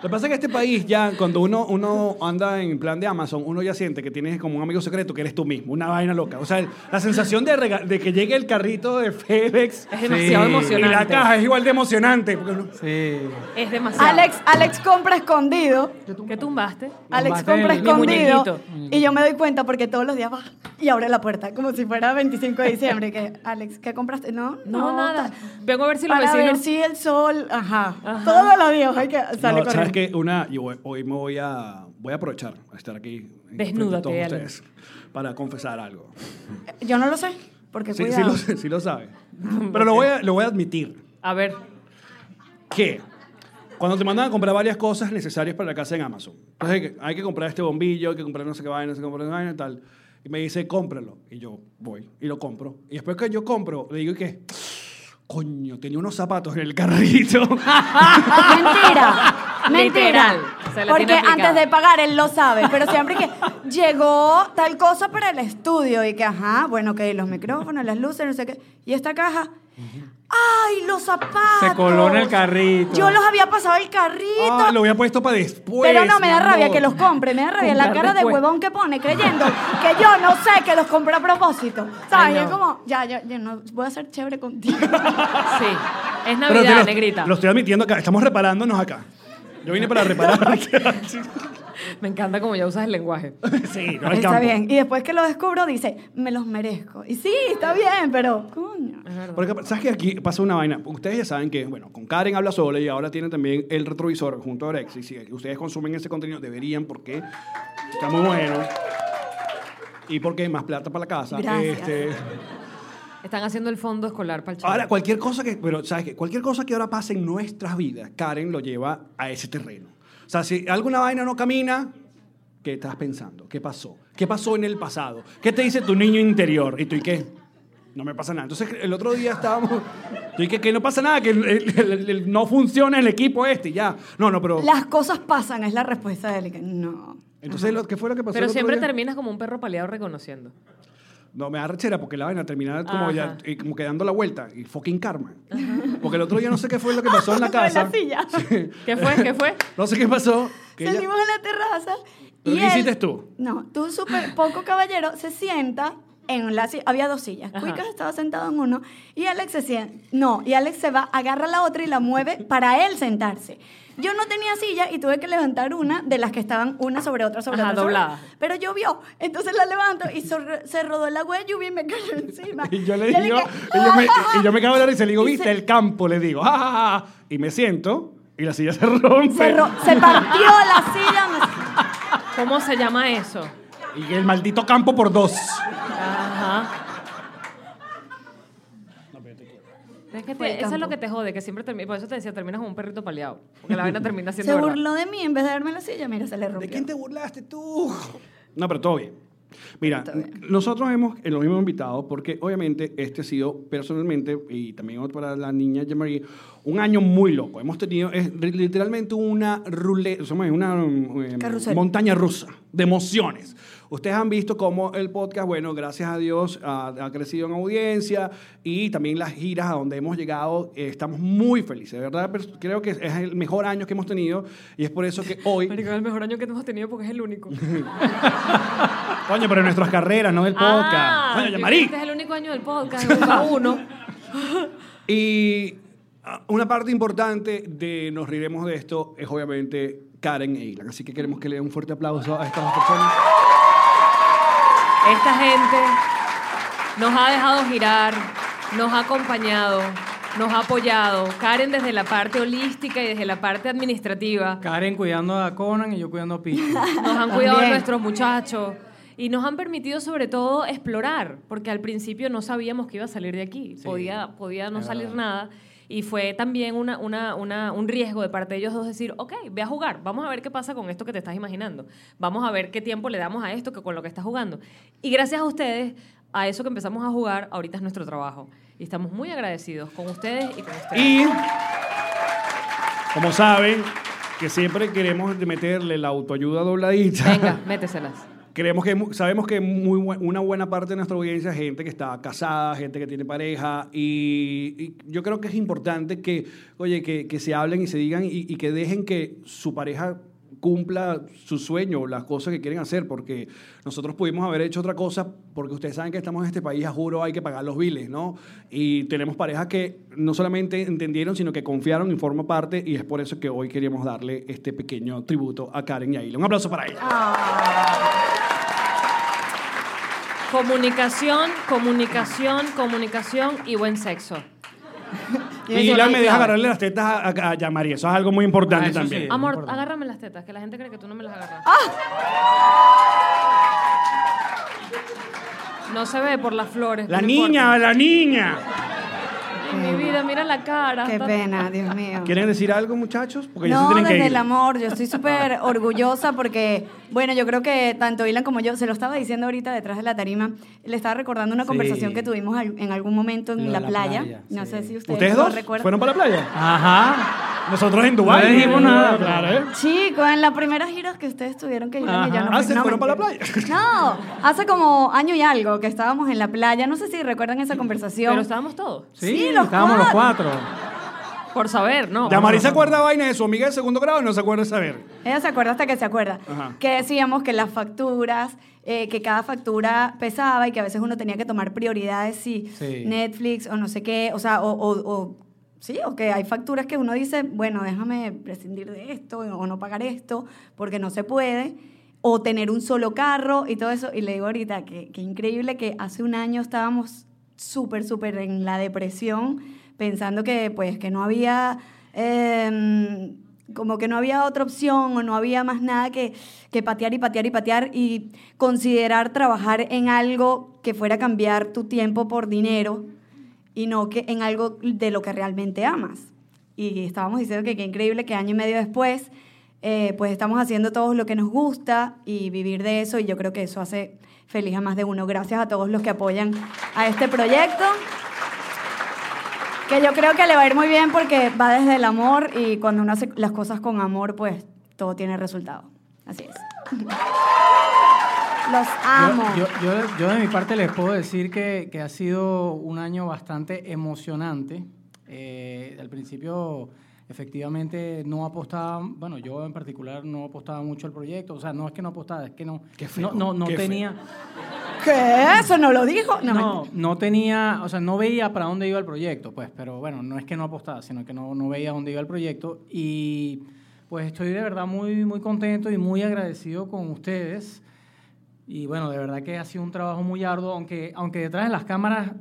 Speaker 3: Lo que pasa es que este país ya, cuando uno, uno anda en plan de Amazon, uno ya siente que tienes como un amigo secreto que eres tú mismo, una vaina loca. O sea, el- la sensación de, rega- de que llegue el carrito de FedEx
Speaker 1: Es demasiado
Speaker 4: Sí.
Speaker 3: y la
Speaker 1: emocionante.
Speaker 3: caja es igual de emocionante. porque uno-
Speaker 4: Sí.
Speaker 1: Es demasiado.
Speaker 5: Alex, Alex compra escondido.
Speaker 1: ¿Qué tumbaste?
Speaker 5: Alex
Speaker 4: Combate
Speaker 5: compra
Speaker 4: el- mi
Speaker 5: escondido.
Speaker 1: muñequito.
Speaker 5: Y yo me doy cuenta porque todos los días va y abre la puerta, como si fuera 25 de diciembre. que Alex, ¿qué compraste? No,
Speaker 1: No, nada.
Speaker 5: ta-
Speaker 1: Vengo a ver si los
Speaker 5: Para ver
Speaker 1: vecinos...
Speaker 5: si el sol, ajá.
Speaker 1: Ajá.
Speaker 5: Todos los días hay que sale
Speaker 3: No, ¿Sabes
Speaker 5: corriendo.
Speaker 3: qué? Una, yo voy- hoy me voy a, voy a aprovechar a estar aquí en frente a
Speaker 1: Desnúdate,
Speaker 3: todos
Speaker 1: Alan.
Speaker 3: ustedes para confesar algo.
Speaker 5: Yo no lo sé, Eh, porque
Speaker 3: Sí, sí
Speaker 5: cuidado.
Speaker 3: lo, sé, sí lo
Speaker 5: *laughs*
Speaker 3: sabe. Pero lo voy, a, lo voy a admitir.
Speaker 1: A ver.
Speaker 3: que cuando te mandan a comprar varias cosas necesarias para la casa en Amazon. Entonces hay que, hay que comprar este bombillo, hay que comprar no sé qué vaina, no sé qué vaina, vaina, tal. Y me dice, cómpralo. Y yo voy y lo compro. Y después que yo compro, le digo que, coño, tenía unos zapatos en el carrito. *laughs*
Speaker 5: *laughs*
Speaker 1: *laughs*
Speaker 5: Mentira. Mentira.
Speaker 1: Literal, se la
Speaker 5: Porque
Speaker 1: tiene aplicada.
Speaker 5: antes de pagar él lo sabe, pero siempre que llegó tal cosa para el estudio y que, ajá, bueno, que los micrófonos, las luces, no sé qué. Y esta caja, ¡ay, los zapatos!
Speaker 4: Se coló en el carrito.
Speaker 5: Yo los había pasado el carrito.
Speaker 3: Ah, lo había puesto para después.
Speaker 5: pero no, me da
Speaker 3: mi
Speaker 5: rabia
Speaker 3: amor.
Speaker 5: que los compre, me da rabia la
Speaker 1: Comprar
Speaker 5: cara
Speaker 1: después.
Speaker 5: de huevón que pone creyendo que yo no sé que los compré a propósito. ¿Sabes?
Speaker 1: Ay,
Speaker 5: Y es
Speaker 1: no.
Speaker 5: como, ya, ya, Ah, yo no voy a ser chévere contigo.
Speaker 1: Sí. *laughs*
Speaker 5: *laughs*
Speaker 1: Es
Speaker 3: Pero te
Speaker 1: Navidad,
Speaker 3: lo-
Speaker 1: negrita.
Speaker 3: Lo estoy admitiendo acá. Estamos reparándonos acá. Yo vine para
Speaker 1: *laughs*
Speaker 3: repararte.
Speaker 1: Me encanta cómo ya usas el lenguaje.
Speaker 3: sí, *laughs* no hay
Speaker 5: Está
Speaker 3: campo.
Speaker 5: bien. Y después que lo descubro, dice, me los merezco. Y sí, está bien, pero coño.
Speaker 3: Porque, ¿sabes que Aquí pasa una vaina. Ustedes ya saben que, bueno, con Karen habla sola y ahora tienen también el retrovisor junto a Orexi. Si ustedes consumen ese contenido, deberían porque está muy bueno. Y porque hay más plata para la casa. Este,
Speaker 5: Gracias.
Speaker 1: Están haciendo el fondo escolar para el chaval.
Speaker 3: ahora, cualquier cosa que, pero, ¿sabes qué? Cualquier cosa que ahora pase en nuestras vidas, Karen lo lleva a ese terreno. O sea, si alguna vaina no camina, ¿qué estás pensando? ¿Qué pasó? ¿Qué pasó en el pasado? ¿Qué te dice tu niño interior? ¿Y tú y qué? No me pasa nada. Entonces, el otro día estábamos. *laughs* ¿Tú y qué? Que no pasa nada, que el- el- el- el- no funciona el equipo este, y ya. No, no, pero.
Speaker 5: Las cosas pasan, es la respuesta de él. que No.
Speaker 3: Entonces, lo- ¿qué fue lo
Speaker 5: Pues
Speaker 3: que pasó? el
Speaker 1: Pero
Speaker 3: otro
Speaker 1: siempre
Speaker 3: día?
Speaker 1: terminas como un perro paliado reconociendo.
Speaker 3: No, me da rechera porque la vaina terminaba como
Speaker 1: Ajá.
Speaker 3: ya y como que dando la vuelta y fucking karma. Porque el otro día no sé qué fue lo que pasó
Speaker 5: *laughs*
Speaker 1: *laughs*
Speaker 3: en la
Speaker 5: Sobre
Speaker 3: casa.
Speaker 5: la silla. *laughs*
Speaker 3: Sí.
Speaker 1: ¿Qué fue? ¿Qué fue?
Speaker 3: No sé qué pasó. *laughs* que ella-
Speaker 5: Salimos a la terraza.
Speaker 3: ¿Pero
Speaker 5: y
Speaker 3: qué
Speaker 5: él-
Speaker 3: hiciste tú?
Speaker 5: No, tú súper poco caballero se sienta en la silla. Había dos sillas.
Speaker 1: Ajá.
Speaker 5: Cuicas estaba sentado en uno y Alex se sienta. No, y Alex se va, agarra la otra y la mueve para él sentarse. Yo no tenía silla y tuve que levantar una de las que estaban una sobre otra sobre
Speaker 1: Ajá,
Speaker 5: otra. sobre
Speaker 1: doblada.
Speaker 5: otra. Pero llovió, entonces la levanto y sor- se rodó la agua de lluvia y me cayó encima.
Speaker 3: *laughs* Y yo le digo,
Speaker 5: Y él
Speaker 3: y yo,
Speaker 5: que-
Speaker 3: me,
Speaker 5: "Ah".
Speaker 3: y yo me cago en la risa y le digo,
Speaker 5: *laughs* Y
Speaker 3: viste
Speaker 5: se-
Speaker 3: el campo, le digo, "Ah, "Ja, ja, ja". y me siento y la silla se *laughs* rompe.
Speaker 5: se, ro- se partió la silla.
Speaker 1: ¿Cómo se llama eso?
Speaker 3: Y el maldito campo por dos.
Speaker 1: Ajá. Es que
Speaker 5: Fue
Speaker 1: te-
Speaker 5: el
Speaker 1: eso es
Speaker 5: campo.
Speaker 1: lo que te jode, que siempre terminas. Por eso te decía, terminas como un perrito paliado. Porque la vaina termina siendo.
Speaker 5: *laughs* Se
Speaker 1: verdad.
Speaker 5: burló de mí en vez de darme la silla. Mira, se le rompió.
Speaker 3: ¿De quién te burlaste tú? No, pero todo bien. Mira,
Speaker 5: Todo bien.
Speaker 3: nosotros hemos, eh, lo mismo invitado, porque obviamente este ha sido personalmente, y también para la niña Jean-Marie, un año muy loco. Hemos tenido es, ri- literalmente una ruleta, una mm, eh,
Speaker 5: Carrusel.
Speaker 3: montaña rusa de emociones. Ustedes han visto cómo el podcast, bueno, gracias a Dios, ha, ha crecido en audiencia y también las giras a donde hemos llegado. eh, estamos muy felices, de verdad. pero Creo que es el mejor año que hemos tenido y es por eso que
Speaker 1: *laughs*
Speaker 3: hoy...
Speaker 1: Marico, es el mejor año que hemos tenido porque es el único.
Speaker 3: *laughs* Coño, pero nuestras carreras, no del podcast.
Speaker 1: Ah,
Speaker 3: Coño,
Speaker 1: yo
Speaker 3: Yamari.
Speaker 1: creo que Este es el único año del podcast, nunca uno.
Speaker 3: Y ah, una parte importante de Nos Riremos de Esto es obviamente Karen e Ilan. Así que queremos que le den un fuerte aplauso a estas dos personas.
Speaker 1: Esta gente nos ha dejado girar, nos ha acompañado, nos ha apoyado. Karen desde la parte holística y desde la parte administrativa.
Speaker 4: Karen cuidando a Conan y yo cuidando a Pichu.
Speaker 1: *laughs* Nos han cuidado
Speaker 5: También.
Speaker 1: nuestros muchachos. Y nos han permitido sobre todo explorar, porque al principio no sabíamos que iba a salir de aquí. podía, podía no salir nada. Y fue también una, una- una- un riesgo de parte de ellos dos decir, ok, ve a jugar, vamos a ver qué pasa con esto que te estás imaginando. Vamos a ver qué tiempo le damos a esto que con lo que estás jugando. Y gracias a ustedes, a eso que empezamos a jugar, ahorita es nuestro trabajo. Y estamos muy agradecidos con ustedes y con ustedes.
Speaker 3: Y, como saben, que siempre queremos meterle la autoayuda dobladita.
Speaker 1: Venga, méteselas.
Speaker 3: Creemos que mu- sabemos que muy bu- una buena parte de nuestra audiencia es gente que está casada, gente que tiene pareja y, y yo creo que es importante que, oye, que, que se hablen y se digan y, y que dejen que su pareja cumpla su sueño, las cosas que quieren hacer, porque nosotros pudimos haber hecho otra cosa, porque ustedes saben que estamos en este país, a juro, hay que pagar los biles, ¿no? Y tenemos parejas que no solamente entendieron, sino que confiaron y forma parte, y es por eso que hoy queríamos darle este pequeño tributo a Karen y a Aila. Un aplauso para ella.
Speaker 1: Ah, Comunicación, comunicación, comunicación y buen sexo.
Speaker 3: Y la me deja agarrarle las tetas a, a, a Yamari. Eso es algo muy importante
Speaker 4: Ah, eso
Speaker 3: también.
Speaker 4: sí.
Speaker 1: Amor,
Speaker 4: importante.
Speaker 1: agárrame las tetas, que la gente cree que tú no me las agarras. No se ve por las flores.
Speaker 3: La
Speaker 1: ah, no
Speaker 3: niña, la niña.
Speaker 1: importa. Ay, mi vida, mira la cara.
Speaker 5: Qué
Speaker 1: Está-
Speaker 5: pena, Dios mío.
Speaker 3: ¿Quieren decir algo, muchachos? Porque ya se
Speaker 5: no,
Speaker 3: tienen que
Speaker 5: desde
Speaker 3: ir.
Speaker 5: el amor, yo
Speaker 3: *laughs*
Speaker 5: estoy súper orgullosa porque, bueno, yo creo que tanto Ilan como yo, se lo estaba diciendo ahorita detrás de la tarima, le estaba recordando una
Speaker 4: Sí.
Speaker 5: conversación que tuvimos al- en algún momento
Speaker 4: Lo
Speaker 5: en
Speaker 4: de
Speaker 5: la,
Speaker 4: la
Speaker 5: playa.
Speaker 4: playa,
Speaker 5: No
Speaker 4: sí.
Speaker 5: sé si ustedes,
Speaker 3: ¿Ustedes
Speaker 5: lo
Speaker 3: dos
Speaker 5: recuerdan.
Speaker 3: fueron para la playa?
Speaker 4: Ajá.
Speaker 3: Nosotros en Dubái.
Speaker 4: No le dijimos nada,
Speaker 3: Claro, ¿eh?
Speaker 5: Chico, en las primeras giras que ustedes tuvieron que ir,
Speaker 4: Ajá.
Speaker 5: yo no
Speaker 3: Ah,
Speaker 5: fui-
Speaker 3: ¿se
Speaker 5: no,
Speaker 3: fueron para la
Speaker 5: mentira. No, hace como año y algo que estábamos en la playa. No sé si recuerdan esa conversación.
Speaker 1: Pero estábamos todos.
Speaker 4: Sí,
Speaker 5: Sí, los
Speaker 4: estábamos los cuatro.
Speaker 1: Por saber, ¿no?
Speaker 3: Yamari se acuerda vaina de su amiga de segundo grado, no se acuerda de saber.
Speaker 5: Ella se acuerda hasta que se acuerda.
Speaker 3: Ajá.
Speaker 5: Que decíamos que las facturas, eh, que cada factura pesaba y que a veces uno tenía que tomar prioridades si
Speaker 4: Sí.
Speaker 5: Netflix o no sé qué, o sea, o, o- o- sí, o que hay facturas que uno dice, bueno, déjame prescindir de esto o no pagar esto porque no se puede, o tener un solo carro y todo eso. Y le digo ahorita que, que increíble que hace un año estábamos súper, súper en la depresión, pensando que pues que no había... em, como que no había otra opción o no había más nada que, que patear y patear y patear y considerar trabajar en algo que fuera a cambiar tu tiempo por dinero y no que en algo de lo que realmente amas. Y estábamos diciendo que qué increíble que año y medio después, eh, pues estamos haciendo todos lo que nos gusta y vivir de eso y yo creo que eso hace feliz a más de uno. Gracias a todos los que apoyan a este proyecto. Que yo creo que le va a ir muy bien porque va desde el amor y cuando uno hace las cosas con amor, pues todo tiene resultado. Así
Speaker 3: *laughs*
Speaker 5: es. Los amo.
Speaker 4: Yo, yo- yo- yo de mi parte les puedo decir que, que ha sido un año bastante emocionante. Eh, al principio, efectivamente, no apostaba, bueno, yo en particular no apostaba mucho al proyecto. O sea, no es que no apostaba, es que no,
Speaker 3: Qué feo,
Speaker 4: no, no, no
Speaker 3: qué feo.
Speaker 4: tenía,
Speaker 5: ¿Qué? ¿Eso no lo dijo? No,
Speaker 4: no,
Speaker 5: mentira.
Speaker 4: no tenía, o sea, no veía para dónde iba el proyecto, pues, pero bueno, no es que no apostaba, sino que no, no veía dónde iba el proyecto. Y pues estoy de verdad muy, muy contento y muy agradecido con ustedes. Y bueno, de verdad que ha sido un trabajo muy arduo, aunque, aunque detrás de las cámaras,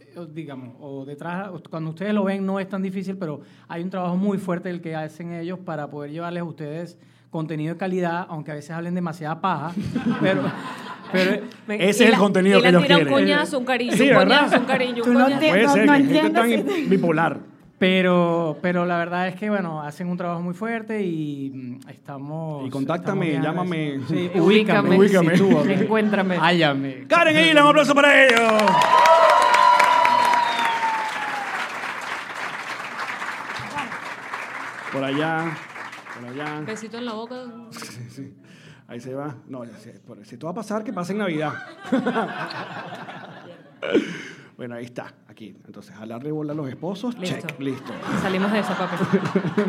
Speaker 4: eh, digamos, o detrás, o cuando ustedes lo ven no es tan difícil, pero hay un trabajo muy fuerte el que hacen ellos para poder llevarles a ustedes contenido de calidad, aunque a veces hablen demasiada paja, *laughs* pero, Pero,
Speaker 1: Me-
Speaker 3: Ese
Speaker 1: y
Speaker 3: es el contenido
Speaker 1: y
Speaker 3: que
Speaker 1: la
Speaker 3: ellos
Speaker 1: tira un
Speaker 3: quieren.
Speaker 1: coñazo, un cariño,
Speaker 3: Sí,
Speaker 1: un
Speaker 3: ¿verdad?
Speaker 1: coñazo, un cariño, un
Speaker 5: Tú no
Speaker 1: coñazo.
Speaker 5: te-
Speaker 3: Puede
Speaker 5: no-
Speaker 3: ser
Speaker 5: no
Speaker 3: que gente
Speaker 5: entiendo
Speaker 3: tan
Speaker 5: ese-
Speaker 3: bipolar.
Speaker 4: pero, pero la verdad es que, bueno, hacen un trabajo muy fuerte y mm, estamos...
Speaker 3: Y contáctame,
Speaker 4: estamos bien
Speaker 3: llámame.
Speaker 4: agradecidos. Sí, ubícame,
Speaker 1: Ubícame.
Speaker 3: Ubícame.
Speaker 4: sitúame,
Speaker 1: Encuéntrame.
Speaker 4: Hállame.
Speaker 3: Karen Aguila, un aplauso para ellos. Por allá, por allá.
Speaker 1: Besito en la boca.
Speaker 3: Sí, Ahí se va. No, ya sé, por- si esto va a pasar, que pase en
Speaker 1: *laughs*
Speaker 3: Navidad. bueno, ahí está, aquí. Entonces, jalar rebola a los esposos,
Speaker 1: Listo.
Speaker 3: check, listo.
Speaker 1: Salimos de esa, papi.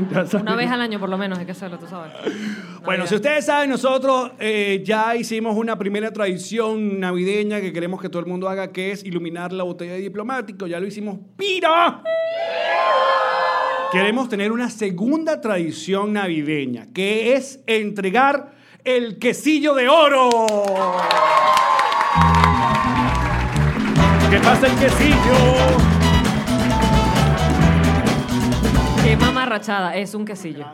Speaker 3: *laughs* Ya sabes.
Speaker 1: Una vez al año, por lo menos, hay que hacerlo, tú sabes.
Speaker 3: Bueno,
Speaker 1: Navidad.
Speaker 3: si ustedes saben, nosotros eh, ya hicimos una primera tradición navideña que queremos que todo el mundo haga, que es iluminar la botella de diplomático. Ya lo hicimos. ¡Piro! Queremos tener una segunda tradición navideña, que es entregar el quesillo de oro. ¿Qué pasa el quesillo?
Speaker 1: Qué mamarrachada, es un quesillo.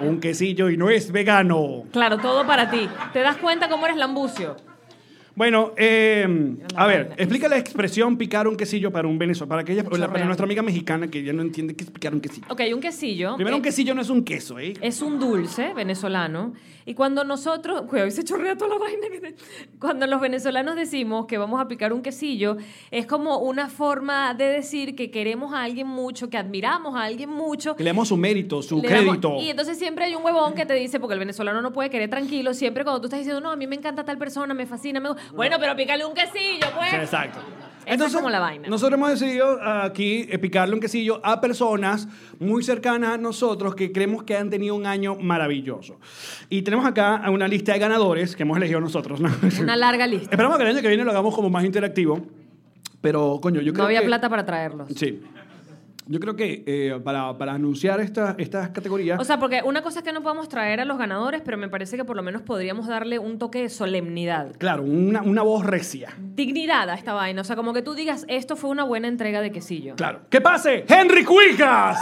Speaker 3: Un quesillo y no es vegano.
Speaker 1: Claro, todo para ti. ¿Te das cuenta cómo eres lambucio?
Speaker 3: Bueno, eh,
Speaker 1: Era la
Speaker 3: a ver,
Speaker 1: vaina.
Speaker 3: explica la expresión picar un quesillo para un venezolano, para, aquella, para
Speaker 1: Chorreando.
Speaker 3: nuestra amiga mexicana que ya no entiende qué es picar un quesillo.
Speaker 1: Ok, un quesillo.
Speaker 3: Primero, un
Speaker 1: eh,
Speaker 3: quesillo no es un queso, ¿eh?
Speaker 1: Es un dulce venezolano. Y cuando nosotros. Cuidado, y se chorrea toda la vaina. que te- Cuando los venezolanos decimos que vamos a picar un quesillo, es como una forma de decir que queremos a alguien mucho, que admiramos a alguien mucho.
Speaker 3: Que le damos su mérito, su
Speaker 1: Le damos-
Speaker 3: crédito.
Speaker 1: y entonces siempre hay un huevón que te dice, porque el venezolano no puede querer tranquilo, siempre cuando tú estás diciendo, no, a mí me encanta tal persona, me fascina, me... gu-". Bueno, pero pícale un quesillo, pues.
Speaker 3: Sí, exacto.
Speaker 1: es como la vaina.
Speaker 3: Nosotros hemos decidido aquí eh, picarle un quesillo a personas muy cercanas a nosotros que creemos que han tenido un año maravilloso. Y tenemos acá a una lista de ganadores que hemos elegido nosotros. ¿no?
Speaker 1: Una larga lista.
Speaker 3: Esperamos que el año que viene lo hagamos como más interactivo. Pero, coño, yo creo
Speaker 1: No había
Speaker 3: que-
Speaker 1: plata para traerlos.
Speaker 3: Sí. Yo creo que eh, para, para anunciar esta- estas categorías.
Speaker 1: O sea, porque una cosa es que no podemos traer a los ganadores, pero me parece que por lo menos podríamos darle un toque de solemnidad.
Speaker 3: claro, una, una voz recia.
Speaker 1: Dignidad a esta vaina. O sea, como que tú digas, esto fue una buena entrega de quesillo.
Speaker 3: Claro. ¡Que pase! ¡Henry Cuicas!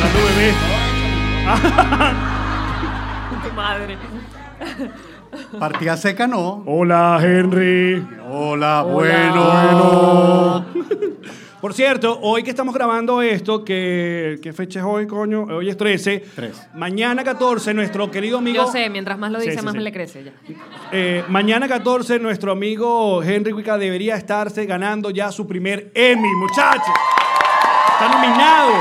Speaker 3: Salud, bebé.
Speaker 1: *laughs* Tu madre.
Speaker 6: Partida seca no.
Speaker 3: Hola, Henry.
Speaker 6: Hola, bueno.
Speaker 3: *laughs* Por cierto, hoy que estamos grabando esto, que, ¿qué fecha es hoy, coño? Hoy es 13.
Speaker 6: Tres.
Speaker 3: Mañana 14, nuestro querido amigo.
Speaker 1: Yo sé, mientras más lo
Speaker 3: Sí,
Speaker 1: dice,
Speaker 3: sí,
Speaker 1: más
Speaker 3: sí.
Speaker 1: le crece ya.
Speaker 3: Eh, mañana 14, nuestro amigo Henry Cuica debería estarse ganando ya su primer Emmy, muchachos. Está nominado.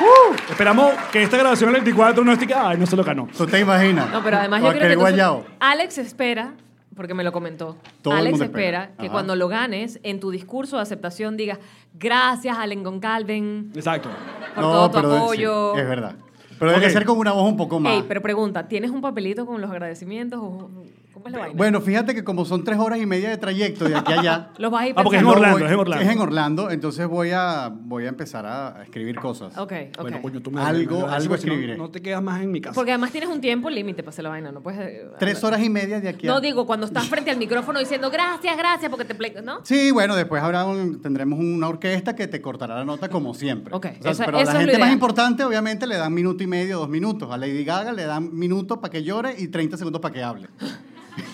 Speaker 3: ¡Uh! Esperamos que esta grabación del 24 no esté. Ay, no se lo ganó.
Speaker 6: ¿Tú te imaginas?
Speaker 1: No, pero además yo
Speaker 6: Aquel
Speaker 1: creo que entonces
Speaker 6: guayao.
Speaker 1: Alex espera, porque me lo comentó.
Speaker 6: Todo el
Speaker 1: Alex
Speaker 6: mundo
Speaker 1: espera,
Speaker 6: espera.
Speaker 1: que
Speaker 6: Ajá.
Speaker 1: cuando lo ganes, en tu discurso de aceptación digas gracias, Allen Goncalven,
Speaker 3: Exacto.
Speaker 1: por todo tu
Speaker 6: pero
Speaker 1: apoyo.
Speaker 6: sí, es verdad. Pero debe
Speaker 3: Ok.
Speaker 6: ser con una voz un poco más.
Speaker 1: Ey, pero pregunta, ¿tienes un papelito con los agradecimientos? o- ¿Cómo es la vaina?
Speaker 6: Bueno, fíjate que como son tres horas y media de trayecto de aquí a allá.
Speaker 1: *laughs* los vas a ir
Speaker 3: Ah, porque es en
Speaker 6: no
Speaker 1: pensando.
Speaker 3: Orlando,
Speaker 6: voy-
Speaker 3: es en Orlando.
Speaker 6: Es en Orlando, entonces voy a, voy a empezar a a escribir cosas.
Speaker 1: Ok, ok.
Speaker 3: Bueno, coño, tú me
Speaker 6: Algo-
Speaker 3: me lo das,
Speaker 6: algo
Speaker 3: porque si no-
Speaker 6: escribiré.
Speaker 3: No, te quedas más en mi casa.
Speaker 1: porque además tienes un tiempo límite para hacer la vaina, no puedes... eh,
Speaker 6: Tres horas y media de aquí a
Speaker 1: No, digo, cuando
Speaker 6: *laughs*
Speaker 1: estás frente al micrófono diciendo gracias, gracias, porque te... ple- ¿No?
Speaker 6: Sí, bueno, después habrá un- tendremos una orquesta que te cortará la nota como siempre.
Speaker 1: Ok,
Speaker 6: O sea,
Speaker 1: esa-
Speaker 6: pero a la
Speaker 1: eso es lo
Speaker 6: gente
Speaker 1: ideal.
Speaker 6: más importante, obviamente, le dan minuto y medio, dos minutos. A Lady Gaga le dan minuto para que llore y 30 segundos para que hable.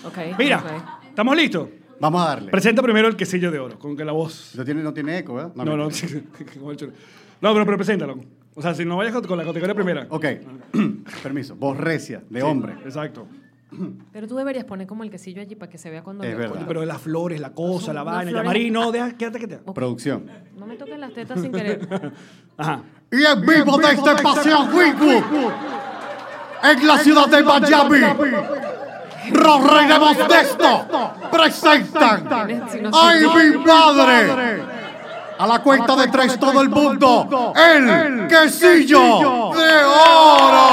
Speaker 1: Ok.
Speaker 3: Mira,
Speaker 1: ok.
Speaker 3: ¿estamos listos?
Speaker 6: Vamos a darle.
Speaker 3: Presenta primero el quesillo de oro, con que la voz.
Speaker 6: No tiene, no tiene eco, ¿verdad?
Speaker 3: No, no,
Speaker 6: mentira.
Speaker 3: sí, *laughs* como el chulo. no pero, pero preséntalo. O sea, si no vayas con, con la categoría primera.
Speaker 6: Ok, *clears throat* permiso. Voz recia, de hombre.
Speaker 3: Exacto.
Speaker 1: Pero tú deberías poner como el quesillo allí para que se vea cuando...
Speaker 6: Es
Speaker 1: lo-
Speaker 6: verdad.
Speaker 3: Pero las flores, la cosa, la
Speaker 1: Las
Speaker 3: vaina, ya
Speaker 1: flores.
Speaker 3: Marino, deja, quédate que te.
Speaker 6: Producción.
Speaker 1: Oh, No me toques las tetas
Speaker 6: *laughs*
Speaker 1: sin querer. *laughs*
Speaker 3: *laughs* Ajá.
Speaker 6: Y en vivo desde Paseo Wiku, en la ciudad de Miami, los reiremos de esto, presentan ¡Ay, mi madre! A la cuenta de tres todo el mundo, el quesillo de oro.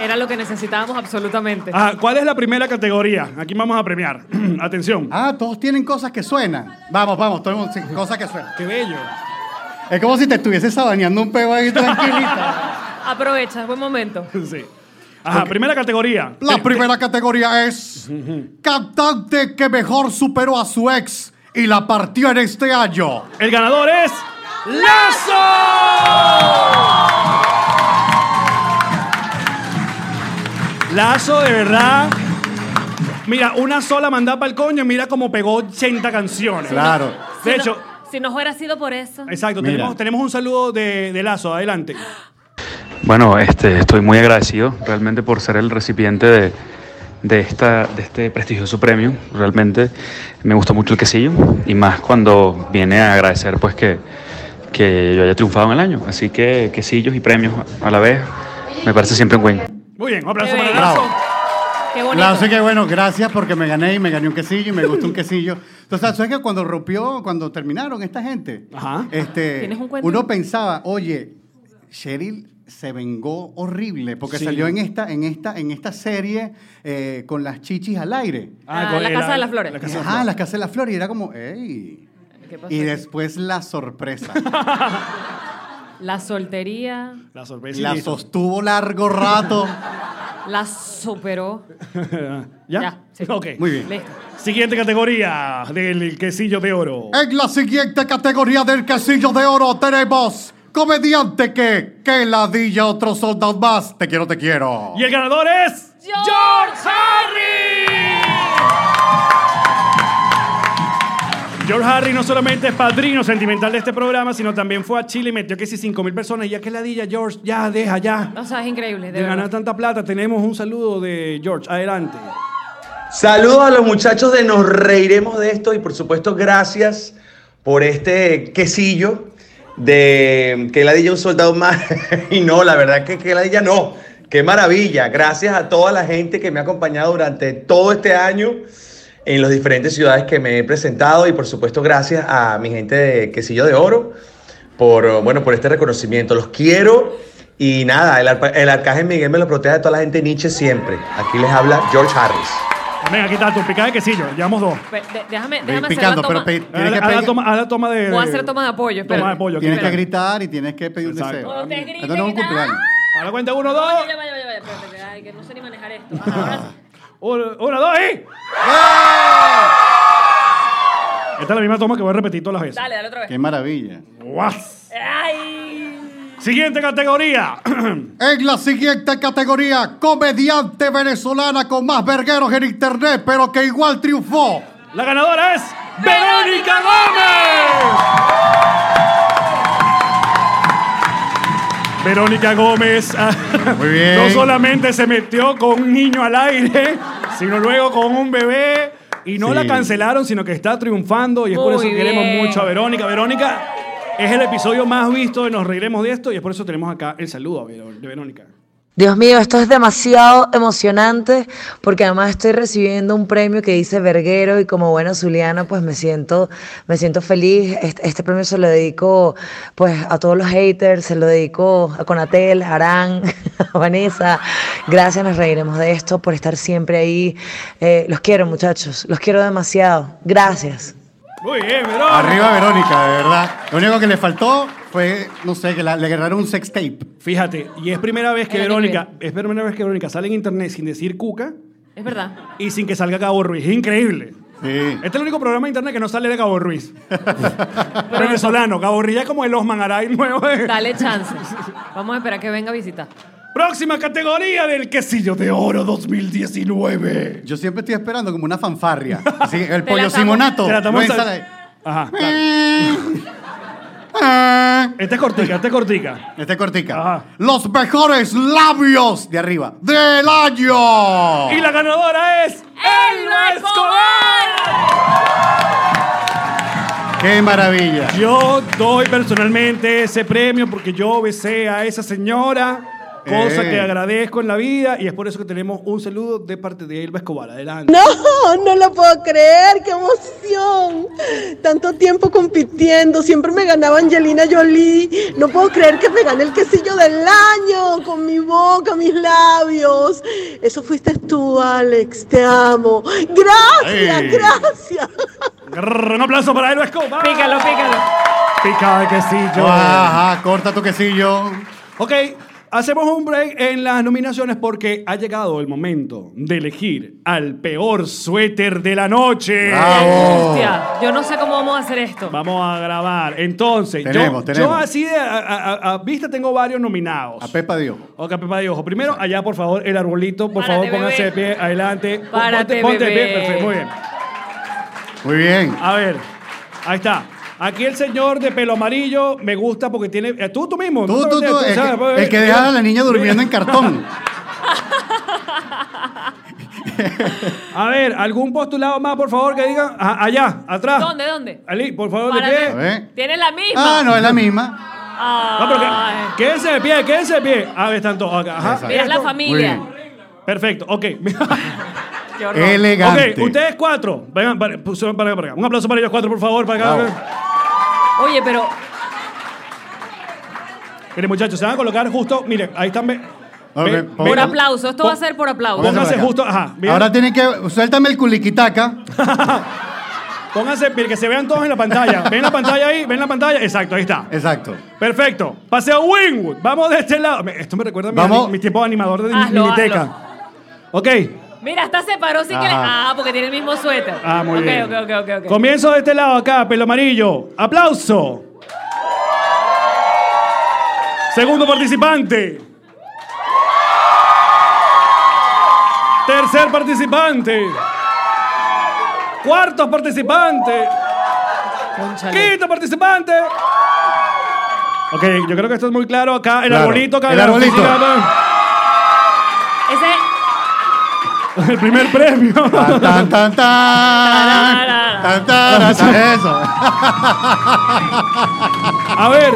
Speaker 1: Era lo que necesitábamos absolutamente.
Speaker 3: Ah, ¿Cuál es la primera categoría? Aquí vamos a premiar. *clears throat* Atención.
Speaker 6: Ah, todos tienen cosas que suenan. Vamos, vamos, todo el mundo, sí, cosas que suenan.
Speaker 3: Qué bello.
Speaker 6: Es como si te estuvieses sabaneando un peo ahí tranquilita.
Speaker 1: Aprovecha, es buen momento.
Speaker 3: *laughs* Sí. Ajá, primera categoría.
Speaker 6: La primera categoría es cantante que mejor superó a su ex y la partió en este año.
Speaker 3: El ganador es Lazo. *laughs* Lazo, de verdad. Mira, una sola mandada para el coño, mira cómo pegó 80 canciones.
Speaker 6: Claro.
Speaker 3: De
Speaker 1: Si no-
Speaker 3: hecho,
Speaker 1: si no hubiera sido por eso.
Speaker 3: exacto,
Speaker 2: Mira.
Speaker 3: tenemos, tenemos un saludo de, de Lazo, adelante.
Speaker 7: Bueno, este, estoy muy agradecido realmente por ser el recipiente de, de esta, de este prestigioso premio. Realmente me gusta mucho el quesillo y más cuando viene a agradecer pues que, que yo haya triunfado en el año. Así que quesillos y premios a la vez me parece siempre un win.
Speaker 3: Muy bien, un aplauso
Speaker 1: Qué
Speaker 3: para
Speaker 1: bello.
Speaker 3: Lazo.
Speaker 1: Qué bonito.
Speaker 6: Claro, así que bueno, gracias porque me gané y me gané un quesillo y me gustó un quesillo. Entonces, ¿sabes que cuando rompió, cuando terminaron esta gente,
Speaker 3: Ajá.
Speaker 6: este,
Speaker 1: ¿Tienes un cuento?
Speaker 6: uno pensaba, oye, Cheryl se vengó horrible porque
Speaker 3: Sí.
Speaker 6: salió en esta, en esta, en esta serie eh, con las chichis al aire.
Speaker 1: Ah,
Speaker 3: con-
Speaker 1: la
Speaker 3: eh,
Speaker 1: Casa de las Flores.
Speaker 3: la Casa de las
Speaker 6: Ah, las que hace la flor y era como, ¡ey!
Speaker 1: ¿Qué pasó
Speaker 6: Y
Speaker 1: aquí?
Speaker 6: después la sorpresa.
Speaker 1: La soltería
Speaker 3: Flores. La sorpresa. y
Speaker 6: la
Speaker 3: listo.
Speaker 6: sostuvo largo rato.
Speaker 1: *laughs* la superó.
Speaker 3: *laughs* ¿Ya?
Speaker 1: Ya, sí.
Speaker 3: Ok.
Speaker 6: Muy bien.
Speaker 1: Listo.
Speaker 3: Siguiente categoría del quesillo de oro.
Speaker 6: En la siguiente categoría del Casillo de Oro tenemos comediante que, que ladilla a otros soldados más. Te quiero, te quiero.
Speaker 3: Y el ganador es George Harry. George Harry no solamente es padrino sentimental de este programa, sino también fue a Chile y metió que si 5 mil personas. Y ya que ladilla, George, ya deja, ya.
Speaker 1: O sea, es increíble, de
Speaker 3: De ganar
Speaker 1: verdad.
Speaker 3: tanta plata, tenemos un saludo de George. Adelante.
Speaker 8: Saludos a los muchachos de Nos Reiremos de esto y por supuesto gracias por este quesillo de que ladilla un soldado más *laughs* y no, la verdad que que ladilla no. Qué maravilla. Gracias a toda la gente que me ha acompañado durante todo este año en las diferentes ciudades que me he presentado y por supuesto gracias a mi gente de Quesillo de Oro por, bueno, por este reconocimiento. Los quiero y nada, el, arpa- el Arcángel Miguel me lo protege de toda la gente Nietzsche siempre. Aquí les habla George Harris.
Speaker 3: Venga, aquí está tu picada de quesillo. Llevamos dos.
Speaker 1: Pe- de- déjame,
Speaker 6: Ve
Speaker 1: déjame hacer la
Speaker 6: picando, pero
Speaker 1: toma.
Speaker 6: pe-
Speaker 3: A
Speaker 6: tienes
Speaker 3: la,
Speaker 6: que,
Speaker 3: a la
Speaker 6: pedir-
Speaker 3: *laughs* toma, a la toma de.
Speaker 1: Voy a hacer toma de apoyo, espérate.
Speaker 3: Eh, Toma de apoyo. aquí,
Speaker 6: tienes que
Speaker 3: espérate.
Speaker 6: gritar y tienes que pedir un
Speaker 3: Exacto.
Speaker 6: deseo.
Speaker 1: Cuando ustedes griten,
Speaker 6: Esto no es un
Speaker 1: griten,
Speaker 6: cumpleaños.
Speaker 1: Ah.
Speaker 3: A la cuenta: uno, dos.
Speaker 1: Vaya, vaya, vaya, vaya, espérate, ay, que no sé ni manejar esto. Ajá, ahora sí.
Speaker 3: Uno, uno, dos y. Esta es la misma toma que voy a repetir todas las veces.
Speaker 1: Dale, dale otra vez.
Speaker 6: Qué maravilla.
Speaker 3: Guas.
Speaker 1: Ay.
Speaker 3: Siguiente categoría. *clears throat*
Speaker 6: En la siguiente categoría, comediante venezolana con más vergueros en internet, pero que igual triunfó.
Speaker 3: La ganadora es Verónica Gómez. Verónica Gómez ah,
Speaker 6: Muy bien.
Speaker 3: no solamente se metió con un niño al aire, sino luego con un bebé. Y no
Speaker 6: Sí.
Speaker 3: la cancelaron, sino que está triunfando. Y es por
Speaker 1: Muy
Speaker 3: eso que queremos
Speaker 1: bien.
Speaker 3: mucho a Verónica. Verónica es el episodio más visto de Nos Reiremos de esto. Y es por eso tenemos acá el saludo a Ver- de Verónica.
Speaker 8: Dios mío, esto es demasiado emocionante porque además estoy recibiendo un premio que dice Verguero y como buena zuliana pues me siento, me siento feliz. Este, este premio se lo dedico pues a todos los haters, se lo dedico a Conatel, a Arán, *laughs* a Vanessa. Gracias, nos reiremos de esto por estar siempre ahí. Eh, los quiero muchachos, los quiero demasiado. Gracias.
Speaker 3: Muy bien, Verónica.
Speaker 6: Arriba Verónica, de verdad. Lo único que le faltó fue, no sé, que la- le agarraron un sex tape.
Speaker 3: Fíjate, y es primera vez que
Speaker 1: Era
Speaker 3: Verónica, es primera vez que Verónica sale en internet sin decir cuca
Speaker 1: *laughs* Es verdad.
Speaker 3: y sin que salga Gabo Ruiz. Increíble.
Speaker 6: Sí.
Speaker 3: Este es el único programa de internet que no sale de Gabo
Speaker 6: *laughs*
Speaker 3: Ruiz. Venezolano. Gabo Ruiz ya es como el Osman Aray nuevo. eh.
Speaker 1: Dale chance. Vamos a esperar que venga a visitar.
Speaker 3: Próxima categoría del quesillo de oro 2019.
Speaker 6: Yo siempre estoy esperando como una
Speaker 3: *laughs*
Speaker 6: fanfarria. Así, el pollo
Speaker 1: estamos-
Speaker 6: simonato.
Speaker 3: Te la estamos
Speaker 6: Ven,
Speaker 3: sal-
Speaker 6: sale.
Speaker 3: Ajá. dale. *laughs* Esta es cortica, esta es cortica.
Speaker 6: Este es cortica.
Speaker 3: Ajá.
Speaker 6: Los mejores labios de arriba del año.
Speaker 3: Y la ganadora es Elba Escobar.
Speaker 6: ¡Qué maravilla!
Speaker 3: Yo doy personalmente ese premio porque yo besé a esa señora, cosa
Speaker 6: Eh.
Speaker 3: que agradezco en la vida y es por eso que tenemos un saludo de parte de Elba Escobar. Adelante.
Speaker 8: No, no lo puedo creer, qué emoción. Tanto tiempo compitiendo, siempre me ganaba Angelina Jolie. No puedo creer que me gané el quesillo del año con mi boca, mis labios. Eso fuiste tú, Alex, te amo. Gracias,
Speaker 6: Ay.
Speaker 8: gracias.
Speaker 3: Grrr, Un aplauso para Elba Escobar.
Speaker 1: Pícalo, pícalo.
Speaker 3: Pica de quesillo.
Speaker 6: Ajá, corta tu quesillo.
Speaker 3: Ok, Hacemos un break en las nominaciones porque ha llegado el momento de elegir al peor suéter de la noche.
Speaker 1: Hostia, yo no sé cómo vamos a hacer esto.
Speaker 3: Vamos a grabar. Entonces, yo-
Speaker 6: Tenemos,
Speaker 3: yo,
Speaker 6: tenemos.
Speaker 3: así de- a, a- a- a vista tengo varios nominados. A
Speaker 6: Pepa de ojo.
Speaker 3: Ok, Pepa de Ojo. Primero, allá, por favor, el arbolito, por
Speaker 1: Párate,
Speaker 3: favor, póngase de
Speaker 1: bebé.
Speaker 3: pie, adelante. ponte,
Speaker 1: Párate,
Speaker 3: ponte de
Speaker 1: bebé.
Speaker 3: pie, perfecto, muy bien.
Speaker 6: Muy bien.
Speaker 3: A ver, ahí está. Aquí el señor de pelo amarillo me gusta porque tiene. eh, Tú, tú mismo.
Speaker 6: Tú, tú,
Speaker 3: te-
Speaker 6: tú, el
Speaker 3: sabes, Pues,
Speaker 6: que, el que deja a la niña durmiendo en cartón.
Speaker 3: *laughs* A ver, algún postulado más, por favor, que digan. A- allá, atrás.
Speaker 1: ¿Dónde, dónde?
Speaker 3: Ali, por favor, de
Speaker 1: Párate.
Speaker 3: pie.
Speaker 6: A ver.
Speaker 1: ¿Tiene la misma?
Speaker 6: Ah, no, es la misma.
Speaker 3: No, pero que-
Speaker 1: Ay.
Speaker 3: quédense de pie, quédense de pie. A ver, están todos acá. Ajá.
Speaker 6: Exacto.
Speaker 1: Mira, es la
Speaker 3: Esto-
Speaker 1: familia.
Speaker 6: Muy
Speaker 3: Perfecto, ok. *laughs*
Speaker 1: Qué horror.
Speaker 6: Elegante.
Speaker 3: Ok, ustedes cuatro. Vengan, para, pues, vengan para acá, para acá. Un aplauso para ellos cuatro, por favor, para acá.
Speaker 6: Bravo.
Speaker 1: Oye, pero
Speaker 3: Miren, muchachos, se van a colocar justo. Miren, ahí están. ve-
Speaker 6: Ok,
Speaker 3: ve-
Speaker 6: por-
Speaker 3: ve-
Speaker 1: por aplauso. Esto va a ser por aplauso.
Speaker 3: Pónganse
Speaker 6: Póngase para acá.
Speaker 3: justo. Ajá. miren,
Speaker 6: Ahora tienen que. Suéltame
Speaker 3: *laughs*
Speaker 6: el culiquitaca.
Speaker 3: Pónganse, miren, que se vean todos en la pantalla. ¿Ven la pantalla ahí? ¿Ven la pantalla? Exacto, ahí está.
Speaker 6: Exacto.
Speaker 3: Perfecto. Paseo Wingwood. Vamos de este lado. Me- Esto me recuerda a mi,
Speaker 6: Vamos.
Speaker 3: ani- mi tiempo de animador de
Speaker 1: Hazlo,
Speaker 3: Miniteca. Ok.
Speaker 1: Mira, hasta se paró sin que le.
Speaker 6: Ajá.
Speaker 1: Ah, porque tiene el mismo suéter.
Speaker 3: Ah, muy
Speaker 1: Ok,
Speaker 3: bien.
Speaker 1: Ok, ok, ok, ok.
Speaker 3: Comienzo de este lado acá, pelo amarillo. Aplauso. Segundo participante. Tercer participante. Cuarto participante.
Speaker 1: Cónchale.
Speaker 3: Quinto participante. Ok, yo creo que esto es muy claro acá. El
Speaker 6: Claro,
Speaker 3: arbolito acá.
Speaker 6: el
Speaker 3: la
Speaker 6: arbolito.
Speaker 3: oficina,
Speaker 1: Ese.
Speaker 3: El primer premio.
Speaker 6: Tan, tan, tan, tan. Tan, tan, tan. Eso. *laughs*
Speaker 3: A ver.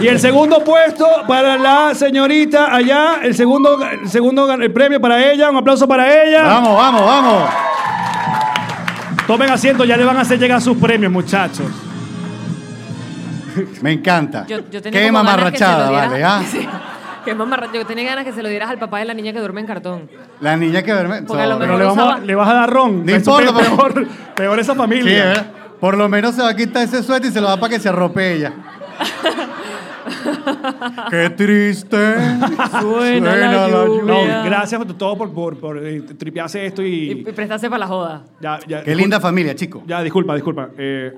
Speaker 3: Y el segundo puesto para la señorita allá, el segundo, el segundo gan- el premio para ella, un aplauso para ella.
Speaker 6: Vamos, vamos, vamos.
Speaker 3: Tomen asiento, ya le van a hacer llegar sus premios, muchachos.
Speaker 6: Me encanta.
Speaker 1: Yo, yo tenía
Speaker 6: Qué
Speaker 1: como ganas que se
Speaker 6: mamarrachada,
Speaker 1: lo diera-
Speaker 6: vale. ¿ah?
Speaker 1: *laughs* Sí. Qué mamarra- Yo tenía ganas que se lo dieras al papá de la niña que duerme en cartón.
Speaker 6: La niña que duerme.
Speaker 1: Porque a lo
Speaker 6: sobre.
Speaker 3: Pero
Speaker 1: mejor
Speaker 3: le, vamos a-
Speaker 1: usaba-
Speaker 3: le vas a dar ron.
Speaker 6: *laughs* No
Speaker 3: Eso
Speaker 6: importa,
Speaker 3: pe-
Speaker 6: pero-
Speaker 3: peor, peor esa
Speaker 6: Sí,
Speaker 3: familia.
Speaker 6: ¿verdad? Por lo menos se va a quitar ese suéter y se lo va para que se arrope ella. Qué *laughs* triste.
Speaker 1: Suena la lluvia.
Speaker 3: no,
Speaker 1: Mira.
Speaker 3: gracias por todo por, por, por, eh, tripearse esto
Speaker 1: Y,
Speaker 3: y.
Speaker 1: y prestarse para la joda.
Speaker 3: ya, ya,
Speaker 6: Qué linda familia, chico.
Speaker 3: Ya, disculpa, disculpa. Eh,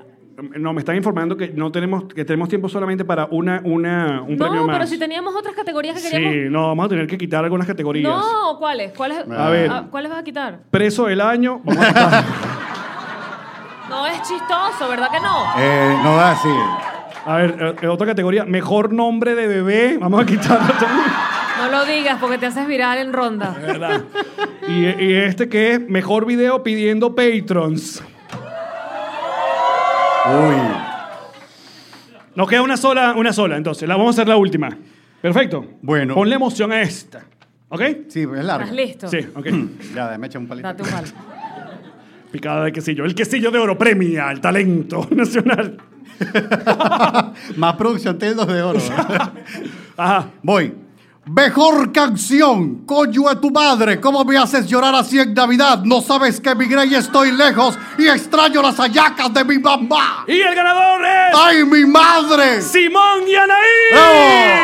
Speaker 3: no, me están informando que no tenemos, que tenemos tiempo solamente para una, una, un premio
Speaker 1: No,
Speaker 3: más.
Speaker 1: pero si teníamos otras categorías
Speaker 3: Sí,
Speaker 1: que queríamos.
Speaker 3: no, vamos a tener que quitar algunas categorías.
Speaker 1: No, ¿cuáles? ¿Cuáles?
Speaker 3: A ver.
Speaker 1: ah, ¿Cuáles vas a quitar?
Speaker 3: Preso del año. Vamos a quitar.
Speaker 1: No es chistoso, ¿verdad que no?
Speaker 6: *laughs* Eh, no da así.
Speaker 3: a ver, eh, otra categoría. Mejor nombre de bebé. Vamos a quitarlo también.
Speaker 1: No lo digas porque te haces viral en ronda. *laughs*
Speaker 3: ¿Verdad? Y, y este que es mejor video pidiendo patrons.
Speaker 6: Uy.
Speaker 3: Nos queda una sola, una sola, entonces. La vamos a hacer la última. Perfecto.
Speaker 6: Bueno.
Speaker 3: Ponle emoción a esta. ¿Ok?
Speaker 6: Sí, es largo.
Speaker 1: ¿Estás listo?
Speaker 3: Sí, ok.
Speaker 6: *clears throat* Ya, déjame echar un palito.
Speaker 1: Date un mal.
Speaker 3: Picada de quesillo. El quesillo de oro premia al talento *laughs* nacional.
Speaker 6: *laughs* Más producción tildos de oro. ¿verdad?
Speaker 3: *laughs* Ajá.
Speaker 6: Voy. Mejor canción, coño de tu madre, ¿cómo me haces llorar así en Navidad? No sabes que migré y estoy lejos y extraño las hallacas de mi mamá.
Speaker 3: Y el ganador es
Speaker 6: ¡Ay, mi madre!
Speaker 3: Simón y Anaí.
Speaker 6: ¡Bravo!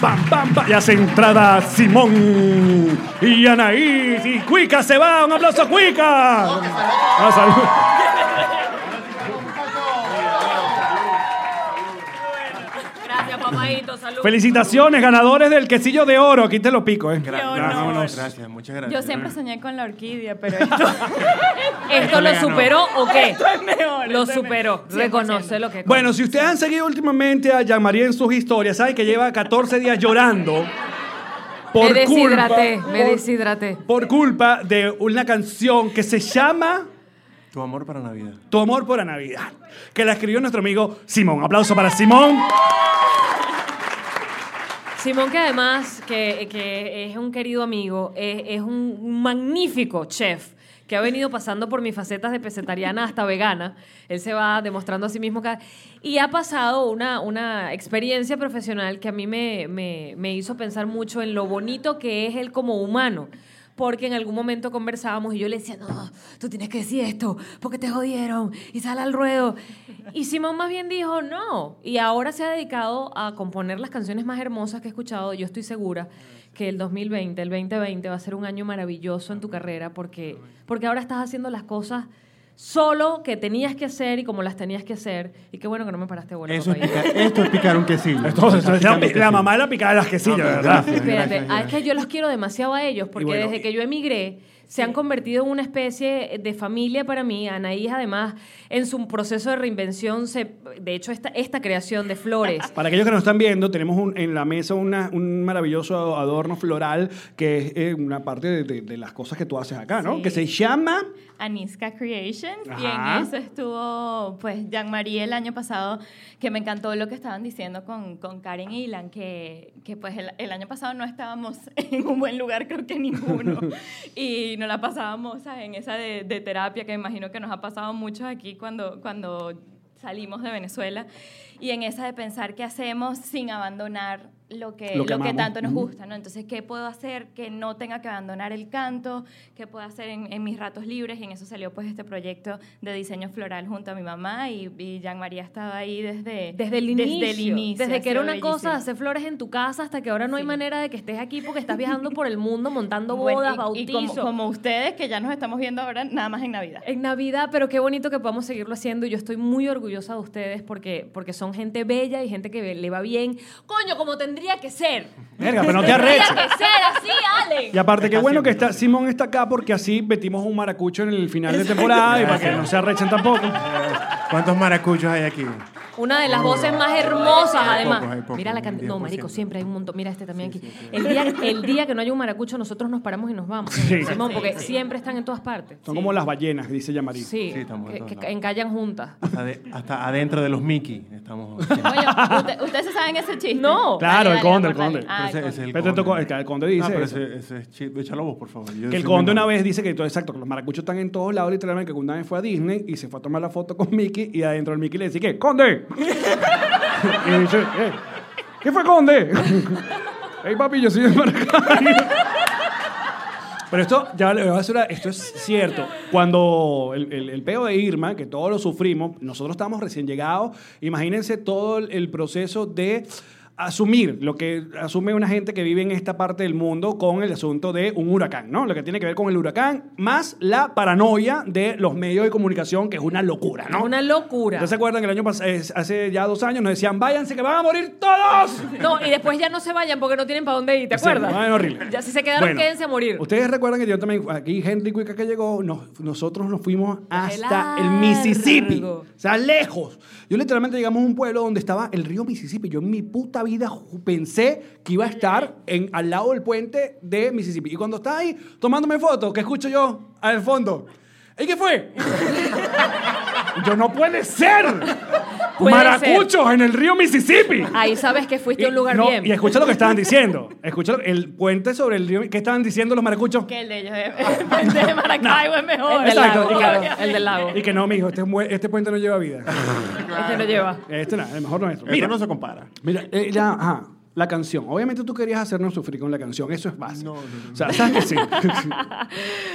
Speaker 3: Pam, pam, pam. Y hace entrada Simón y Anaí. Y Cuica se va. Un aplauso a Cuica. Ah, salud.
Speaker 1: Gracias, papadito. Salud.
Speaker 3: Felicitaciones,
Speaker 9: *laughs*
Speaker 3: ganadores del quesillo de oro. Aquí te lo pico, ¿eh?
Speaker 10: Gracias, muchas gracias.
Speaker 11: Yo siempre soñé con la orquídea, pero
Speaker 1: *laughs*
Speaker 11: esto,
Speaker 1: ¿Esto lo superó o qué?
Speaker 11: esto es mejor. esto
Speaker 1: Lo
Speaker 11: es mejor.
Speaker 1: superó. Reconoce lo que.
Speaker 3: Bueno, si ustedes han seguido últimamente a Yamaría en sus historias, saben que lleva 14 días llorando por
Speaker 1: me deshidraté,
Speaker 3: culpa
Speaker 1: me
Speaker 3: por-
Speaker 1: deshidraté.
Speaker 3: por culpa de una canción que se llama
Speaker 10: Tu amor para Navidad.
Speaker 3: Tu amor por la Navidad, que la escribió nuestro amigo Simón. Aplauso para Simón.
Speaker 1: Simón, que además que, que es un querido amigo, es, es un magnífico chef que ha venido pasando por mis facetas de pesetariana hasta vegana. Él se va demostrando a sí mismo cada- y ha pasado una, una experiencia profesional que a mí me, me- me hizo pensar mucho en lo bonito que es él como humano. porque en algún momento conversábamos y yo le decía, no, tú tienes que decir esto, porque te jodieron, y sal al ruedo. Y Simón más bien dijo, no. Y ahora se ha dedicado a componer las canciones más hermosas que he escuchado. Yo estoy segura que el 2020, el 2020 va a ser un año maravilloso en tu carrera porque, porque ahora estás haciendo las cosas solo que tenías que hacer y como las tenías que hacer. Y qué bueno que no me paraste bueno.
Speaker 10: Eso es
Speaker 1: papá.
Speaker 10: picar, esto es picar un quesillo.
Speaker 3: Esto- esto-
Speaker 10: Está
Speaker 3: la-
Speaker 10: picando un
Speaker 3: la
Speaker 10: quesillo.
Speaker 3: mamá de la picada de las quesillas,
Speaker 10: No, pero
Speaker 3: ¿verdad?
Speaker 10: gracias,
Speaker 1: Espérate,
Speaker 10: gracias,
Speaker 1: ah,
Speaker 10: gracias.
Speaker 1: es que yo los quiero demasiado a ellos porque
Speaker 10: bueno,
Speaker 1: desde que yo emigré se han convertido en una especie de familia para mí. Anaís, además, en su proceso de reinvención, se, de hecho, esta, esta creación de
Speaker 10: *laughs*
Speaker 1: flores
Speaker 3: Para aquellos que nos están viendo, tenemos un- en la mesa una- un maravilloso adorno floral que es eh, una parte de, de- de las cosas que tú haces acá, ¿no?
Speaker 11: Sí.
Speaker 3: Que se llama...
Speaker 11: Aniska Creations y
Speaker 3: Ajá.
Speaker 11: en eso estuvo pues Jean-Marie el año pasado que me encantó lo que estaban diciendo con, con Karen y Ilan que, que pues el, el año pasado no estábamos en un buen lugar creo que ninguno *laughs* y nos la pasábamos ¿sabes? en esa de, de terapia que imagino que nos ha pasado mucho aquí cuando, cuando salimos de Venezuela y en esa de pensar qué hacemos sin abandonar lo que,
Speaker 9: Lo
Speaker 11: lo
Speaker 9: que
Speaker 11: que,
Speaker 9: amamos.
Speaker 11: tanto nos
Speaker 9: Ujú.
Speaker 11: gusta gusta, ¿no? Entonces, ¿qué puedo hacer que no tenga que abandonar el canto? ¿Qué puedo hacer en, en mis ratos libres? Y en eso salió pues este proyecto de diseño floral junto a mi mamá y, y Jean María estaba ahí desde,
Speaker 1: desde el inicio.
Speaker 11: Desde, el inicio,
Speaker 1: Desde
Speaker 11: ha
Speaker 1: que era
Speaker 11: sido
Speaker 1: una cosa de
Speaker 11: bellísimo.
Speaker 1: hacer flores en tu casa hasta que ahora no hay manera de que estés aquí porque estás viajando por el mundo
Speaker 11: *laughs*
Speaker 1: montando
Speaker 11: Bueno,
Speaker 1: bodas,
Speaker 11: y- y
Speaker 1: bautizos.
Speaker 11: como, como ustedes que ya nos estamos viendo ahora nada más en Navidad.
Speaker 1: En Navidad, pero qué bonito que podamos seguirlo haciendo. Yo estoy muy orgullosa de ustedes porque, porque son gente bella y gente que le va bien. Coño, como tendría que ser.
Speaker 3: Verga, pero no te
Speaker 1: Tendría
Speaker 3: arreches.
Speaker 1: que ser así, Ale.
Speaker 3: Y aparte, qué bueno que está, Simón está acá porque así metimos un maracucho en el final de temporada y para que no se arrechen tampoco.
Speaker 10: Eh, ¿Cuántos maracuchos hay aquí?
Speaker 1: Una de las voces más hermosas,
Speaker 10: Hay
Speaker 1: además.
Speaker 10: pocos, hay pocos,
Speaker 1: Mira la
Speaker 10: un
Speaker 1: cantidad. No,
Speaker 10: 10%.
Speaker 1: marico, siempre hay un montón. Mira este también aquí. El, día, el día que no haya un maracucho, nosotros nos paramos y nos vamos.
Speaker 3: Sí.
Speaker 1: Simón, porque
Speaker 3: Sí, sí.
Speaker 1: siempre están en todas partes.
Speaker 3: Son como las ballenas, dice Yamari.
Speaker 1: Sí, que, que encallan juntas.
Speaker 10: Hasta, de- hasta adentro de los Mickey estamos.
Speaker 3: *laughs*
Speaker 11: Oye, ustedes saben ese chiste. No.
Speaker 3: Claro, el conde, el conde.
Speaker 11: Ah,
Speaker 10: Ese- ese es el
Speaker 3: Pero te
Speaker 10: conde.
Speaker 3: tocó- el, el conde dice
Speaker 10: Ah, pero
Speaker 3: eso.
Speaker 10: ese, ese es chip. Échalo vos, por favor. Yo
Speaker 3: Que el
Speaker 10: soy muy
Speaker 3: conde
Speaker 10: malo.
Speaker 3: una vez dice que todo exacto, que los maracuchos están en todos lados, literalmente, que una vez fue a Disney y se fue a tomar la foto con Mickey y adentro el Mickey le dice, ¿qué? ¡Conde! *laughs* y dice, "Eh, ¿qué fue, conde? *laughs* Ey, papi, yo soy de Maracay. Pero esto, ya le voy a hacer una- esto es cierto. Cuando el, el, el peo de Irma, que todos lo sufrimos, nosotros estábamos recién llegados, imagínense todo el- el proceso de asumir lo que asume una gente que vive en esta parte del mundo con el asunto de un huracán, ¿no? Lo que tiene que ver con el huracán, más la paranoia de los medios de comunicación, que es una locura, ¿no?
Speaker 1: Una locura.
Speaker 3: ¿Ustedes se acuerdan que el año pasado, hace ya dos años, nos decían, váyanse que van a morir todos?
Speaker 1: No, y después ya no se vayan porque no tienen para dónde ir, ¿te acuerdas?
Speaker 3: Sí, bueno, horrible.
Speaker 1: Ya si se quedaron,
Speaker 3: Bueno,
Speaker 1: quédense a morir.
Speaker 3: Ustedes recuerdan que yo también, aquí Henry Cuica que llegó, nos- nosotros nos fuimos hasta el Mississippi. O sea, lejos. Yo literalmente llegamos a un pueblo donde estaba el río Mississippi. Yo en mi puta vida ju- pensé que iba a estar en, al lado del puente de Mississippi. Y cuando estaba ahí tomándome fotos, que escucho yo al fondo. ¿Y qué fue? *laughs* yo no puede ser.
Speaker 1: Puede
Speaker 3: Maracuchos en el río Mississippi.
Speaker 1: Ahí sabes que fuiste a un
Speaker 3: Y-
Speaker 1: lugar
Speaker 3: no,
Speaker 1: bien.
Speaker 3: Y escucha lo que estaban diciendo. Escucha lo- el puente sobre el río. ¿Qué estaban diciendo los maracuchos?
Speaker 11: Que el de ellos es- *laughs* el de Maracaibo es pues mejor.
Speaker 3: Exacto, y que-
Speaker 11: Obviamente.
Speaker 3: Y que no, mijo, este, mue- este puente no lleva vida.
Speaker 1: Este no lleva.
Speaker 3: Este no, el mejor no es.
Speaker 10: Esto no se compara.
Speaker 3: Mira, eh, la, ajá, la canción. Obviamente tú querías hacernos sufrir con la canción. Eso es básico. O sea, ¿sabes que sí?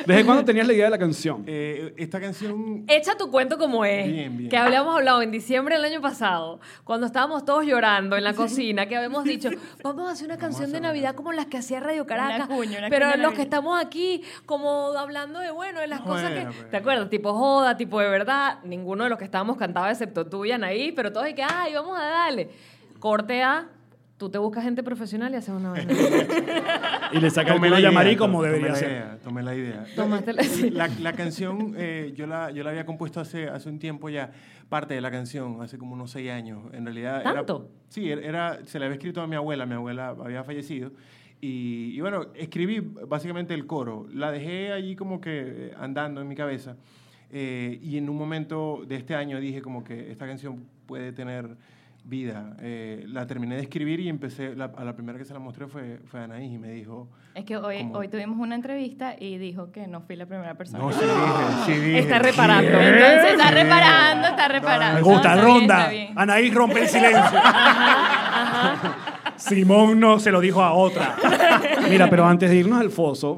Speaker 3: ¿Desde cuándo tenías la idea de la canción?
Speaker 10: Eh, esta canción.
Speaker 1: Echa tu cuento como es.
Speaker 10: Bien, bien.
Speaker 1: Que habíamos hablado en diciembre del año pasado, cuando estábamos todos llorando en la cocina, que
Speaker 3: *laughs*
Speaker 1: habíamos dicho, Eh, vamos a hacer una canción de Navidad como las que hacía Radio Caracas.
Speaker 11: cuña, una
Speaker 1: pero
Speaker 11: cuña
Speaker 1: los que
Speaker 11: navideña.
Speaker 1: estamos aquí, como hablando de, bueno, de las cosas que.
Speaker 11: Bueno, pero-
Speaker 1: ¿Te acuerdas? Tipo joda, tipo de verdad. Ninguno de los que estábamos cantaba excepto tú y Anaí, pero todos de que, ay, vamos a darle. Corte A. Tú te buscas gente profesional y haces una vaina.
Speaker 3: Y le saca el culo
Speaker 10: Tomé la
Speaker 3: a Yamari
Speaker 10: idea,
Speaker 3: como
Speaker 10: tomé
Speaker 3: debería
Speaker 10: la
Speaker 3: ser.
Speaker 10: idea, tomé la idea. Eh,
Speaker 1: Tomaste la-
Speaker 10: la, la canción, eh, yo, la, yo la había compuesto hace, hace un tiempo ya, parte de la canción, hace como unos seis años. En realidad. era-
Speaker 1: ¿Tanto?
Speaker 10: sí, era, era- se la había escrito a mi abuela, mi abuela había fallecido. Y, y bueno, escribí básicamente el coro. La dejé allí como que eh, andando en mi cabeza. Eh, y en un momento de este año dije como que esta canción puede tener vida. Eh, la terminé de escribir y empecé, la- a la primera que se la mostré fue, fue a Anaís y me dijo,
Speaker 11: eh, Es que hoy,
Speaker 10: ¿Cómo?
Speaker 11: hoy tuvimos una entrevista y dijo que no fui la primera persona.
Speaker 10: No, sí dije, sí dije.
Speaker 11: Está reparando.
Speaker 10: Sí.
Speaker 11: Entonces está
Speaker 10: Sí.
Speaker 11: reparando, está
Speaker 10: Ah,
Speaker 11: reparando.
Speaker 3: Me gusta,
Speaker 11: Está bien, está
Speaker 3: ronda.
Speaker 11: bien.
Speaker 3: Anaís rompe el silencio. Simón no se lo dijo a otra. *laughs* Mira,
Speaker 9: *laughs*
Speaker 3: pero antes de irnos al
Speaker 1: *laughs*
Speaker 3: foso,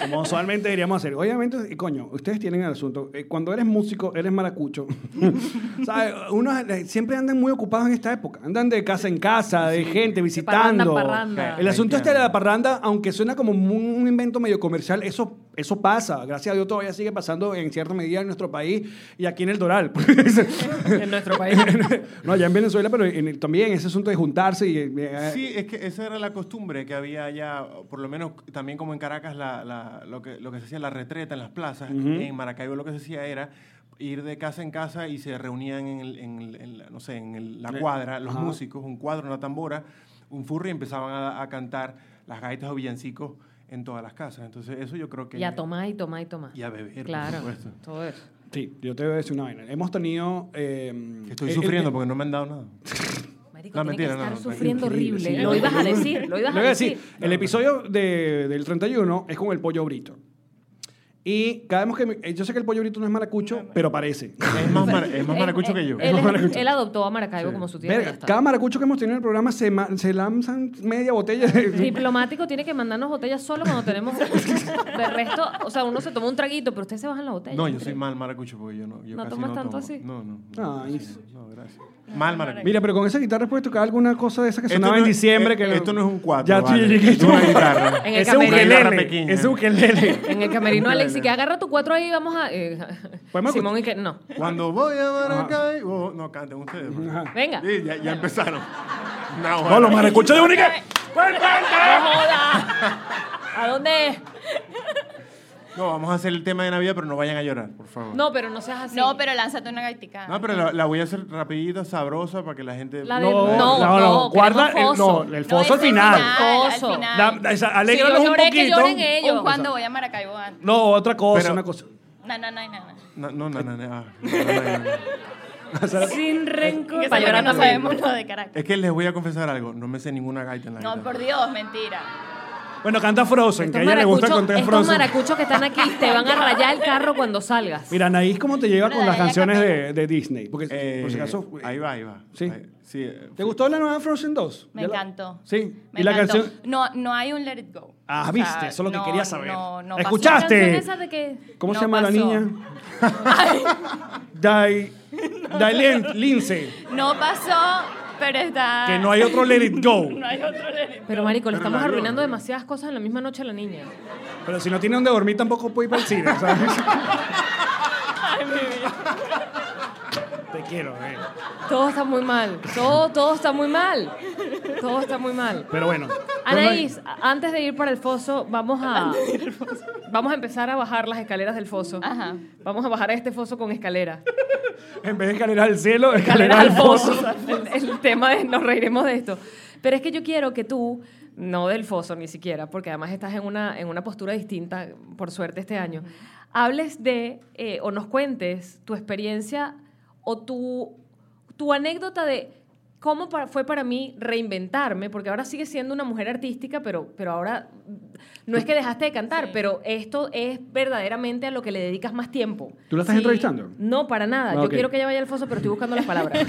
Speaker 3: como usualmente diríamos hacer, obviamente, y coño, ustedes tienen el asunto. eh, Cuando eres músico, eres maracucho. *laughs* ¿Sabes? Uno eh, siempre andan muy ocupados en esta época. Andan de casa en casa, de gente, visitando.
Speaker 12: parranda.
Speaker 3: El asunto este de la parranda, aunque suena como un un invento medio comercial, eso, eso pasa. Gracias a Dios todavía sigue pasando en cierta medida en nuestro país y aquí en el Doral. pues.
Speaker 1: *laughs* en nuestro país.
Speaker 3: *laughs* no, allá en Venezuela, pero en el- también ese asunto de juntarse y... eh,
Speaker 2: Sí, es que esa era la costumbre que había allá, por lo menos también como en Caracas, la- la- lo, que, lo que se hacía la retreta en las plazas.
Speaker 3: Ujú.
Speaker 2: En Maracaibo lo que se hacía era ir de casa en casa y se reunían en, el- en el- en la- no sé, en el- la
Speaker 3: Eh,
Speaker 2: cuadra, los
Speaker 3: ajá.
Speaker 2: músicos, un cuadro, una tambora, un furri, empezaban a, a cantar las gaitas o villancicos en todas las casas. Entonces eso yo creo que...
Speaker 1: Y a tomar y tomar y tomar.
Speaker 2: Y a beber, por
Speaker 1: Claro,
Speaker 2: supuesto.
Speaker 1: todo eso.
Speaker 3: Sí, yo te voy a decir una vaina. Hemos tenido... eh,
Speaker 2: Estoy
Speaker 3: el-
Speaker 2: sufriendo
Speaker 3: el-
Speaker 2: porque no me han dado nada.
Speaker 3: Ah,
Speaker 1: Marico,
Speaker 2: no,
Speaker 1: tiene que estar
Speaker 2: tranquilo.
Speaker 1: sufriendo horrible.
Speaker 3: Sí,
Speaker 1: Lo
Speaker 3: no.
Speaker 1: ibas a decir, lo ibas
Speaker 3: Lo
Speaker 1: a
Speaker 3: iba
Speaker 1: decir.
Speaker 3: El episodio de- del 31 es con el pollo brito. Y cada vez que... me- eh, yo sé que el pollo brito no es maracucho, pero parece. Es
Speaker 2: Ah, más,
Speaker 1: *laughs*
Speaker 2: maracucho que yo.
Speaker 1: Él, es- él adoptó a Maracaibo como su tierra. y ya
Speaker 3: Verga,
Speaker 1: está.
Speaker 3: cada maracucho que hemos tenido en el programa se, ma- se lanzan media botella de...
Speaker 1: Diplomático tiene que mandarnos botellas solo cuando tenemos. De resto, o sea, uno se toma un traguito, pero ustedes se bajan la botella.
Speaker 2: No, yo soy mal maracucho porque yo no. Yo
Speaker 1: ¿No
Speaker 2: casi
Speaker 1: tomas
Speaker 2: no
Speaker 1: tanto
Speaker 2: tomo.
Speaker 1: así?
Speaker 2: No, no.
Speaker 3: Ay,
Speaker 2: No, gracias. Mal maracucho.
Speaker 3: Mira, pero con esa guitarra puedes tocar alguna cosa de esa que
Speaker 2: Esto
Speaker 3: sonaba
Speaker 2: no
Speaker 3: en
Speaker 2: es-
Speaker 3: diciembre.
Speaker 2: eh,
Speaker 3: que
Speaker 2: esto no es un cuatro,
Speaker 3: Ya
Speaker 2: vale.
Speaker 3: estoy llegué.
Speaker 2: Es una
Speaker 3: *laughs*
Speaker 2: guitarra. En el
Speaker 3: Es un
Speaker 2: camerino. Una guitarra
Speaker 3: ukelele.
Speaker 2: pequeña.
Speaker 3: Es un ukelele.
Speaker 1: En el camerino, Alexi, que agarra tu cuatro ahí y vamos a. eh, Simón y que. No.
Speaker 2: Cuando voy a Maracaibo. No, canten ustedes. pues.
Speaker 1: Venga.
Speaker 2: Sí, ya, ya empezaron. No,
Speaker 3: *laughs* No, los maracuchos de única.
Speaker 1: ¡No joda! ¿A dónde?
Speaker 2: No, vamos a hacer el tema de Navidad, pero no vayan a llorar, por favor.
Speaker 1: No, pero no seas así.
Speaker 11: No, pero lánzate una gaitica.
Speaker 2: No, pero la, la voy a hacer rapidita, sabrosa, para que la gente...
Speaker 11: La
Speaker 3: de- No, no, no, no, guarda el- no, el foso al final.
Speaker 11: Foso. al final.
Speaker 3: Da- esa- alégralos
Speaker 11: Sí, yo
Speaker 3: un
Speaker 11: lloré que
Speaker 3: poquito.
Speaker 11: lloren ellos.
Speaker 3: Un-
Speaker 11: cuando voy a Maracaibo antes.
Speaker 3: No, otra cosa,
Speaker 2: Pero-
Speaker 3: una cosa.
Speaker 11: No, no, no, no. no.
Speaker 2: No, no, no, no, no, ah, no, no,
Speaker 3: *laughs*
Speaker 2: no.
Speaker 11: Sin rencor.
Speaker 2: Para llorar
Speaker 11: no
Speaker 2: no.
Speaker 11: sabemos lo de Caracas.
Speaker 2: Es que les voy a confesar algo, no me sé ninguna gaita en la
Speaker 11: No,
Speaker 2: guitarra.
Speaker 11: por Dios, mentira.
Speaker 3: Bueno, canta Frozen, que a ella le gusta
Speaker 1: Maracucho,
Speaker 3: contar
Speaker 1: estos
Speaker 3: Frozen.
Speaker 1: maracuchos que están aquí te van a rayar el carro cuando salgas.
Speaker 3: Mira, Anaís, ¿cómo te lleva con las
Speaker 1: ella
Speaker 3: canciones de, de Disney? Porque,
Speaker 2: Eh,
Speaker 3: por si acaso...
Speaker 2: Ahí va, ahí va.
Speaker 3: ¿Sí?
Speaker 2: Sí.
Speaker 3: ¿Te gustó la nueva Frozen 2?
Speaker 11: Me
Speaker 3: Ya la-
Speaker 11: encantó.
Speaker 3: Sí.
Speaker 11: Me
Speaker 3: ¿Y la
Speaker 11: encantó.
Speaker 3: canción?
Speaker 11: No, no hay un Let It Go.
Speaker 3: Ah,
Speaker 11: O sea,
Speaker 3: viste, eso es lo que
Speaker 11: no,
Speaker 3: quería saber.
Speaker 11: no, no pasó.
Speaker 3: ¿Escuchaste?
Speaker 11: ¿La canción esa de que-
Speaker 3: ¿Cómo
Speaker 11: no
Speaker 3: se llama la
Speaker 11: pasó.
Speaker 3: niña?
Speaker 11: *laughs*
Speaker 3: Dai... Dai Lin- Lindsay.
Speaker 11: No pasó, pero está.
Speaker 3: Que no hay otro Let It Go.
Speaker 11: *laughs* No hay otro Let It Go.
Speaker 1: Pero, Marico,
Speaker 3: Pero
Speaker 1: le estamos
Speaker 3: la luna.
Speaker 1: arruinando demasiadas cosas en la misma noche a la niña.
Speaker 3: Pero si no tiene donde dormir, tampoco puede ir para el cine, ¿sabes?
Speaker 1: *laughs* Ay, mi vida.
Speaker 3: Te quiero, eh.
Speaker 1: Todo está muy mal. Todo, todo está muy mal. Todo está muy mal.
Speaker 3: Pero bueno.
Speaker 1: Anaís, a- antes de ir para el foso, vamos a, vamos a empezar a bajar las escaleras del foso. Vamos a bajar a este foso con escalera.
Speaker 3: En vez de escalera al cielo, escalera
Speaker 1: Escalera
Speaker 3: al foso.
Speaker 1: El, el tema de nos reiremos de esto. Pero es que yo quiero que tú, no del foso ni siquiera, porque además estás en una, en una postura distinta, por suerte, este año, hables de eh, o nos cuentes tu experiencia o tu, tu anécdota de cómo pa- fue para mí reinventarme, porque ahora sigues siendo una mujer artística, pero, pero ahora no es que dejaste de cantar, pero esto es verdaderamente a lo que le dedicas más tiempo.
Speaker 3: ¿Tú la estás entrevistando?
Speaker 1: No, para nada.
Speaker 3: Ah,
Speaker 1: Yo
Speaker 3: ok.
Speaker 1: quiero que ella vaya al foso, pero estoy buscando
Speaker 3: *laughs*
Speaker 1: las palabras.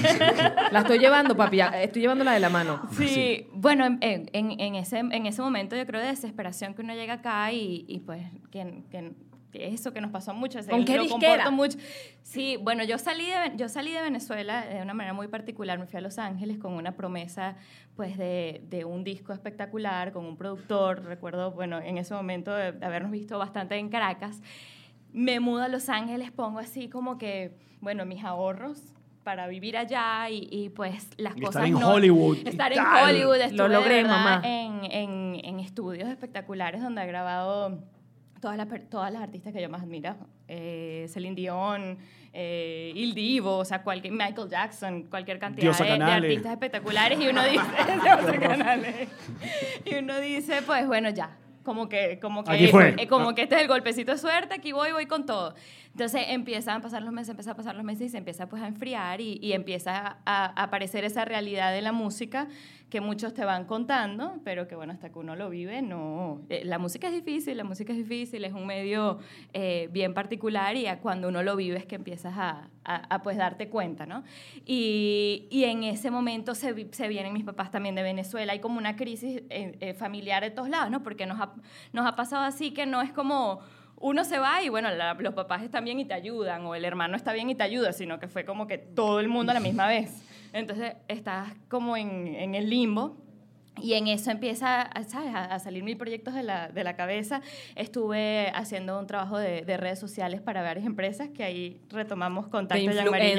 Speaker 1: la estoy llevando, papi. ya, Estoy llevándola de la mano.
Speaker 11: Sí, bueno, en, en- en ese, en ese momento yo creo de desesperación que uno llega acá y, y pues que, que- que eso que nos pasó mucho. se-
Speaker 1: ¿Con qué
Speaker 11: lo
Speaker 1: disquera?
Speaker 11: comporto mucho. Sí, bueno, yo salí, de, Ven- yo salí de Venezuela de una manera muy particular, me fui a Los Ángeles con una promesa pues de, de un disco espectacular, con un productor, recuerdo, bueno, en ese momento de, de habernos visto bastante en Caracas. Me mudo a Los Ángeles, pongo así como que, bueno, mis ahorros para vivir allá y, y, pues las
Speaker 3: Y
Speaker 11: cosas
Speaker 3: estar en
Speaker 11: no-
Speaker 3: Hollywood y
Speaker 11: estar en
Speaker 3: tal.
Speaker 11: Hollywood
Speaker 3: Lo
Speaker 11: estuve de
Speaker 1: logré,
Speaker 11: verdad
Speaker 1: mamá.
Speaker 11: en, en- en estudios espectaculares donde he grabado todas las per- todas las artistas que yo más admiro eh, Celine Dion eh, Il Divo o sea cualquier Michael Jackson cualquier cantidad
Speaker 13: Diosa
Speaker 11: de, de
Speaker 13: Canales.
Speaker 11: artistas
Speaker 3: *laughs*
Speaker 11: *laughs* espectaculares y uno dice Diosa Canales. y uno dice pues bueno ya como que, como que,
Speaker 3: Aquí fue. Ah.
Speaker 11: eh, como que este es el golpecito de suerte, aquí voy, voy con todo. Entonces empiezan a pasar los meses, empiezan a pasar los meses y se empieza pues a enfriar y, y empieza a, a aparecer esa realidad de la música que muchos te van contando, pero que bueno, hasta que uno lo vive, no. Eh, La música es difícil, la música es difícil, es un medio eh, bien particular y a cuando uno lo vive es que empiezas a, a- a, pues darte cuenta, ¿no? Y, y en ese momento se, vi- se vienen mis papás también de Venezuela, hay como una crisis eh, eh, familiar de todos lados, ¿no? Porque nos ha, nos ha pasado así que no es como uno se va y bueno, la- los papás están bien y te ayudan, o el hermano está bien y te ayuda, sino que fue como que todo el mundo a la misma vez. Entonces estás como en, en el limbo. Y en eso empieza a, ¿sabes? a- a salir mil proyectos de la, de la cabeza. Estuve haciendo un trabajo de, de redes sociales para varias empresas, que ahí retomamos contacto
Speaker 1: De
Speaker 11: ya amarillo.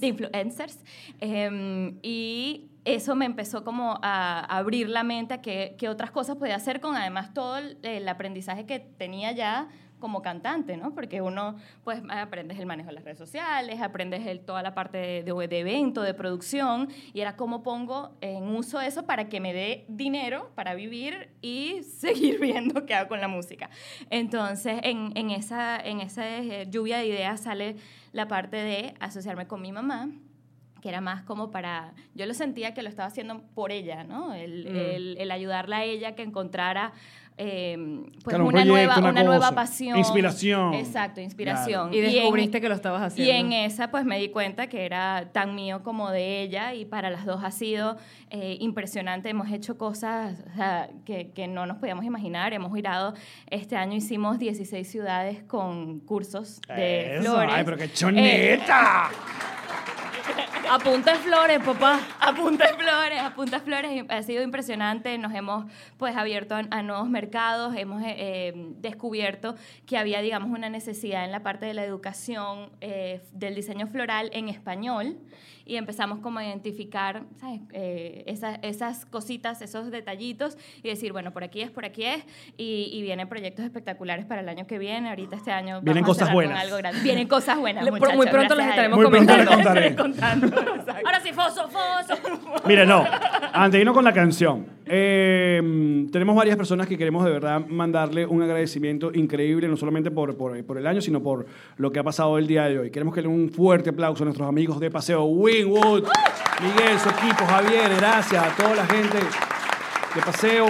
Speaker 11: *laughs* De influencers. Em, y eso me empezó como a abrir la mente a qué qué otras cosas podía hacer con además todo el, el aprendizaje que tenía ya como cantante, ¿no? Porque uno, pues, aprendes el manejo de las redes sociales, aprendes el- toda la parte de, de- de evento, de producción, y era cómo pongo en uso eso para que me dé dinero para vivir y *laughs* seguir viendo qué hago con la música. Entonces, en, en esa, en esa eh, lluvia de ideas sale la parte de asociarme con mi mamá, que era más como para, yo lo sentía que lo estaba haciendo por ella, ¿no? El,
Speaker 1: Mm.
Speaker 11: el- el ayudarla a ella que encontrara eh, pues
Speaker 3: Claro, un
Speaker 11: una,
Speaker 3: proyecto,
Speaker 11: nueva,
Speaker 3: una
Speaker 11: una, nueva
Speaker 3: cosa.
Speaker 11: pasión.
Speaker 3: Inspiración.
Speaker 11: Exacto, inspiración.
Speaker 1: Y
Speaker 11: en-
Speaker 1: descubriste que lo estabas haciendo.
Speaker 11: Y en esa pues me di cuenta que era tan mío como de ella y para las dos ha sido eh, impresionante. Hemos hecho cosas o sea, que, que no nos podíamos imaginar. Hemos girado, este año hicimos 16 ciudades con cursos de
Speaker 3: Eso,
Speaker 11: flores. Eh,
Speaker 3: ay, pero
Speaker 9: Eh,
Speaker 3: qué choneta.
Speaker 11: Apunta flores, papá. Apunta flores, apunta flores. Ha sido impresionante. Nos hemos pues abierto a, a nuevos mercados. Hemos eh, eh, descubierto que había, digamos, una necesidad en la parte de la educación eh, del diseño floral en español y empezamos como a identificar ¿sabes? Eh, esas, esas cositas, esos detallitos y decir, bueno, por aquí es, por aquí es y, y vienen proyectos espectaculares para el año que viene. Ahorita este año vamos
Speaker 1: Vienen
Speaker 11: a
Speaker 1: cosas
Speaker 11: cerrar con
Speaker 1: buenas.
Speaker 11: algo grande. Vienen cosas buenas,
Speaker 1: Le- por-
Speaker 11: muchachos,
Speaker 1: muy pronto las
Speaker 11: gracias a Dios.
Speaker 1: estaremos Muy pronto
Speaker 3: les comentando. contaré.
Speaker 11: *laughs* Ahora sí, foso, foso.
Speaker 3: Mire, no. Antes de irnos con la canción. eh, tenemos varias personas que queremos de verdad mandarle un agradecimiento increíble, no solamente por, por, por el año, sino por lo que ha pasado el día de hoy. Queremos que le den un fuerte aplauso a nuestros amigos de Paseo Winwood, Miguel, su equipo, Javier, gracias a toda la gente de Paseo.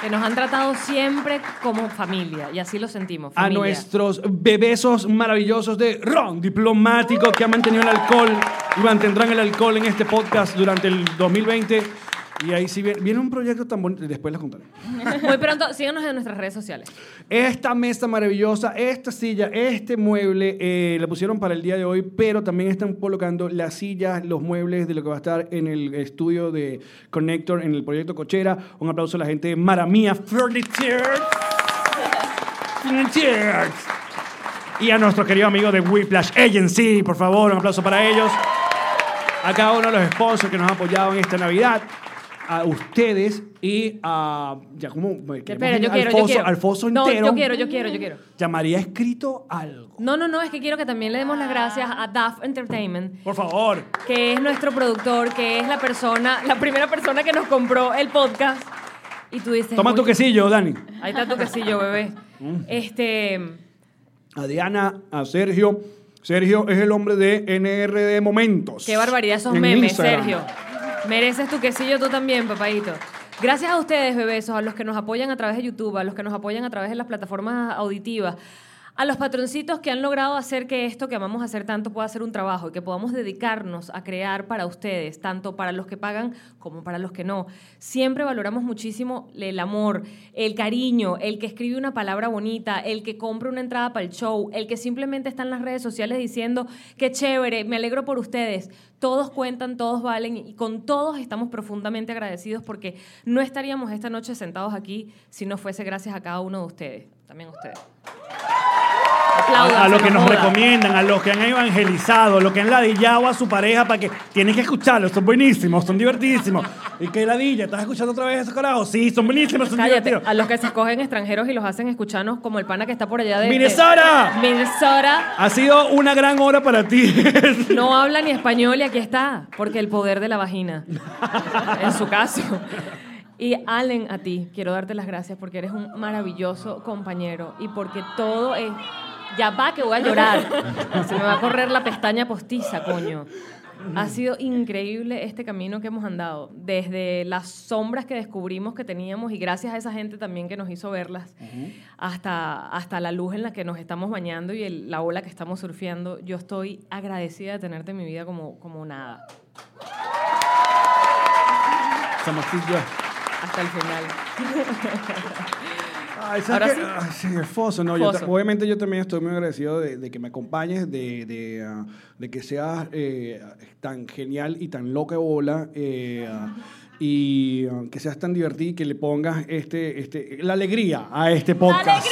Speaker 1: Que nos han tratado siempre como familia, y así lo sentimos.
Speaker 3: a
Speaker 1: Familia.
Speaker 3: nuestros bebesos maravillosos de Ron Diplomático que han mantenido el alcohol y mantendrán el alcohol en este podcast durante el 2020. Y ahí sí viene, viene un proyecto tan bonito, después les contaré.
Speaker 1: Muy pronto, síganos en nuestras redes sociales.
Speaker 3: Esta mesa maravillosa, esta silla, este mueble, eh, la pusieron para el día de hoy, pero también están colocando las sillas, los muebles de lo que va a estar en el estudio de Connector, en el proyecto Cochera. Un aplauso a la gente de Maramia Furniture. Furniture. Y a nuestro querido amigo de Whiplash Agency, por favor, un aplauso para ellos. A cada uno de los sponsors que nos han apoyado en esta Navidad. A ustedes y a. Ya, como.
Speaker 1: Espera, yo quiero, yo quiero.
Speaker 3: Al foso
Speaker 1: no,
Speaker 3: entero.
Speaker 1: yo quiero, yo quiero, yo quiero.
Speaker 3: Llamaría escrito algo.
Speaker 1: No, no, no, es que quiero que también le demos las gracias a DAF Entertainment,
Speaker 3: Por favor.
Speaker 1: que es nuestro productor, que es la persona, la primera persona que nos compró el podcast. Y tú dices...
Speaker 3: Toma tu
Speaker 1: "Oye,
Speaker 3: quesillo, Mm. Dani.
Speaker 1: Ahí está tu quesillo, bebé. Este...
Speaker 3: A Diana, a Sergio. Sergio es el hombre de NRD Momentos.
Speaker 1: Qué barbaridad esos
Speaker 3: En
Speaker 1: memes,
Speaker 3: Instagram.
Speaker 1: Sergio. Mereces tu quesillo tú también, papadito. Gracias a ustedes, bebesos, a los que nos apoyan a través de YouTube, a los que nos apoyan a través de las plataformas auditivas, a los patroncitos que han logrado hacer que esto que amamos hacer tanto pueda ser un trabajo y que podamos dedicarnos a crear para ustedes, tanto para los que pagan como para los que no. Siempre valoramos muchísimo el amor, el cariño, el que escribe una palabra bonita, el que compra una entrada para el show, el que simplemente está en las redes sociales diciendo, qué chévere, me alegro por ustedes. Todos cuentan, todos valen y con todos estamos profundamente agradecidos porque no estaríamos esta noche sentados aquí si no fuese gracias a cada uno de ustedes, también a ustedes. Aplaudan,
Speaker 3: A, a
Speaker 1: se
Speaker 3: los que nos
Speaker 1: joda.
Speaker 3: recomiendan, a los que han evangelizado, a los que han ladillado a su pareja para que tienen que escucharlos, son buenísimos, son divertísimos. ¿Y qué ladilla? ¿Estás escuchando otra vez esos carajos? Sí, son buenísimos, son
Speaker 1: Cállate,
Speaker 3: divertidos.
Speaker 1: a los que se escogen extranjeros y los hacen escucharnos como el pana que está por allá de... de-
Speaker 3: ¡Minnesota!
Speaker 1: Minnesota.
Speaker 3: Ha sido una gran hora para ti. *laughs*
Speaker 1: No habla ni español y aquí está, porque el poder de la vagina, en su caso. Y Allen, a ti, quiero darte las gracias porque eres un maravilloso compañero y porque todo es... Ya va que voy a llorar. Se me va a correr la pestaña postiza, coño. Ha sido increíble este camino que hemos andado, desde las sombras que descubrimos que teníamos y gracias a esa gente también que nos hizo verlas, hasta, hasta la luz en la que nos estamos bañando y el- la ola que estamos surfeando. Yo estoy agradecida de tenerte en mi vida como, como nada,
Speaker 3: Somos tú y yo.
Speaker 1: hasta el final.
Speaker 3: Ay, ¿sabes
Speaker 1: Ahora
Speaker 3: qué?
Speaker 1: sí.
Speaker 3: Ay, sí, el foso, no, yo
Speaker 1: Foso.
Speaker 3: ta- obviamente yo también estoy muy agradecido de, de que me acompañes, de, de, ah, de que seas eh, tan genial y tan loca bola. eh, ah, y ah, que seas tan divertido y que le pongas este, este, la alegría a este podcast.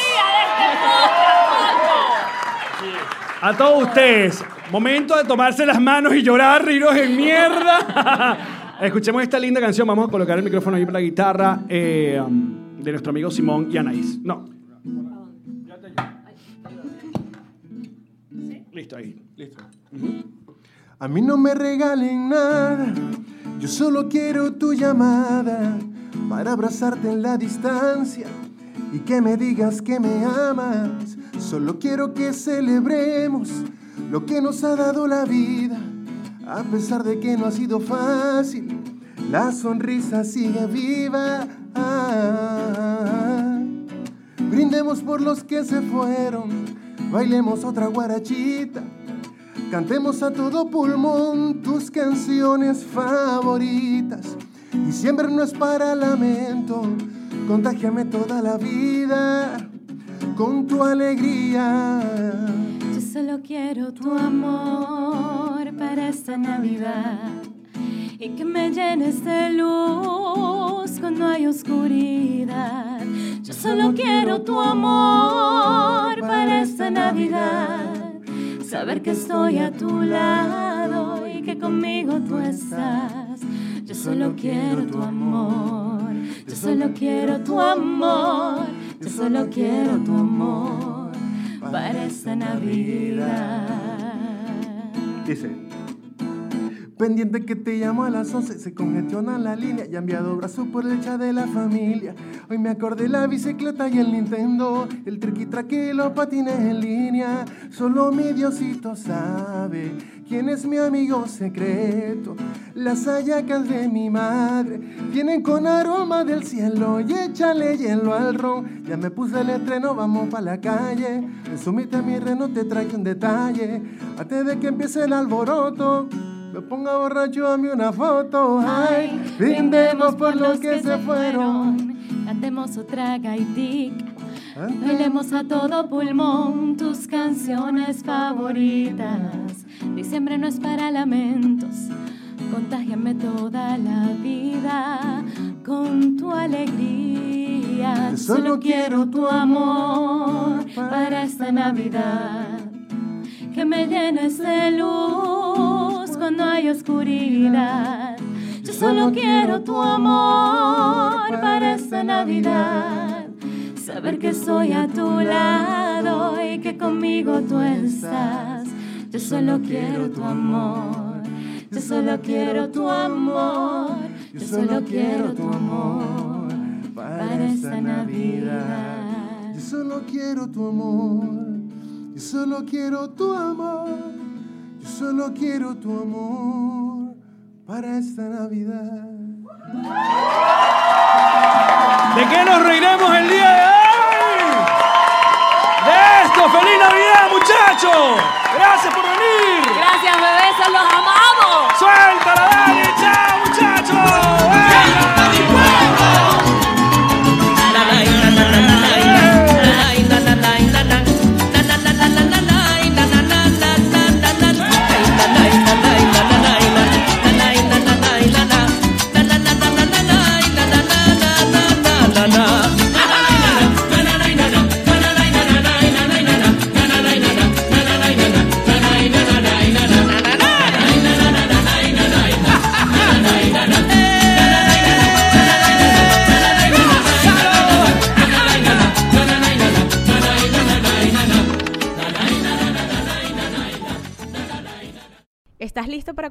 Speaker 3: A todos ustedes, momento de tomarse las manos y llorar, riros en mierda. *laughs* Escuchemos esta linda canción. Vamos a colocar el micrófono ahí para la guitarra eh, um, de nuestro amigo Simón y Anaís. No. Listo ahí.
Speaker 10: Listo. A mí no me regalen nada, yo solo quiero tu llamada para abrazarte en la distancia y que me digas que me amas. Solo quiero que celebremos lo que nos ha dado la vida, a pesar de que no ha sido fácil, la sonrisa sigue viva. Brindemos por los que se fueron, bailemos otra guarachita. Cantemos a todo pulmón tus canciones favoritas. Y siempre no es para lamento, contágiame toda la vida con tu alegría.
Speaker 9: *laughs* Yo solo quiero tu amor para esta Navidad y que me llenes de luz cuando hay oscuridad. Yo solo quiero tu amor para esta Navidad, saber que estoy a tu lado y que conmigo tú estás. Yo solo quiero tu amor, yo solo quiero tu amor, yo solo quiero tu amor para esta Navidad.
Speaker 10: Dice. Pendiente que te llamo a las 11, se congestiona la línea y ha enviado brazo por el chat de la familia. Hoy me acordé la bicicleta y el Nintendo, el triqui traqui y los patines en línea. Solo mi Diosito sabe quién es mi amigo secreto. Las hallacas de mi madre vienen con aroma del cielo y échale hielo al ron. Ya me puse el estreno, vamos pa' la calle. En su mitad mi reno te traje un detalle. Antes de que empiece el alboroto, me ponga borracho a mí una foto. Ay, brindemos por los que se fueron.
Speaker 9: Cantemos otra gaitic, bailemos a todo pulmón tus canciones favoritas. Diciembre no es para lamentos, contágiame toda la vida con tu alegría.
Speaker 10: Yo
Speaker 9: Solo quiero tu amor para esta Navidad que me llenes de luz cuando hay oscuridad. Yo solo quiero tu amor para esta Navidad. Saber que soy a tu lado y que conmigo tú estás. Yo solo quiero tu amor. Yo solo quiero tu amor. Yo solo quiero tu amor para esta Navidad.
Speaker 10: Yo solo quiero tu amor. Yo solo quiero tu amor. Yo solo quiero tu amor para esta Navidad.
Speaker 3: ¿De qué nos reiremos el día de hoy? ¡De esto! ¡Feliz Navidad, muchachos! ¡Gracias por venir!
Speaker 1: Gracias, bebés, los amamos.
Speaker 3: ¡Suéltala, Dani! ¡Chao, muchachos!
Speaker 14: ¿Estás listo para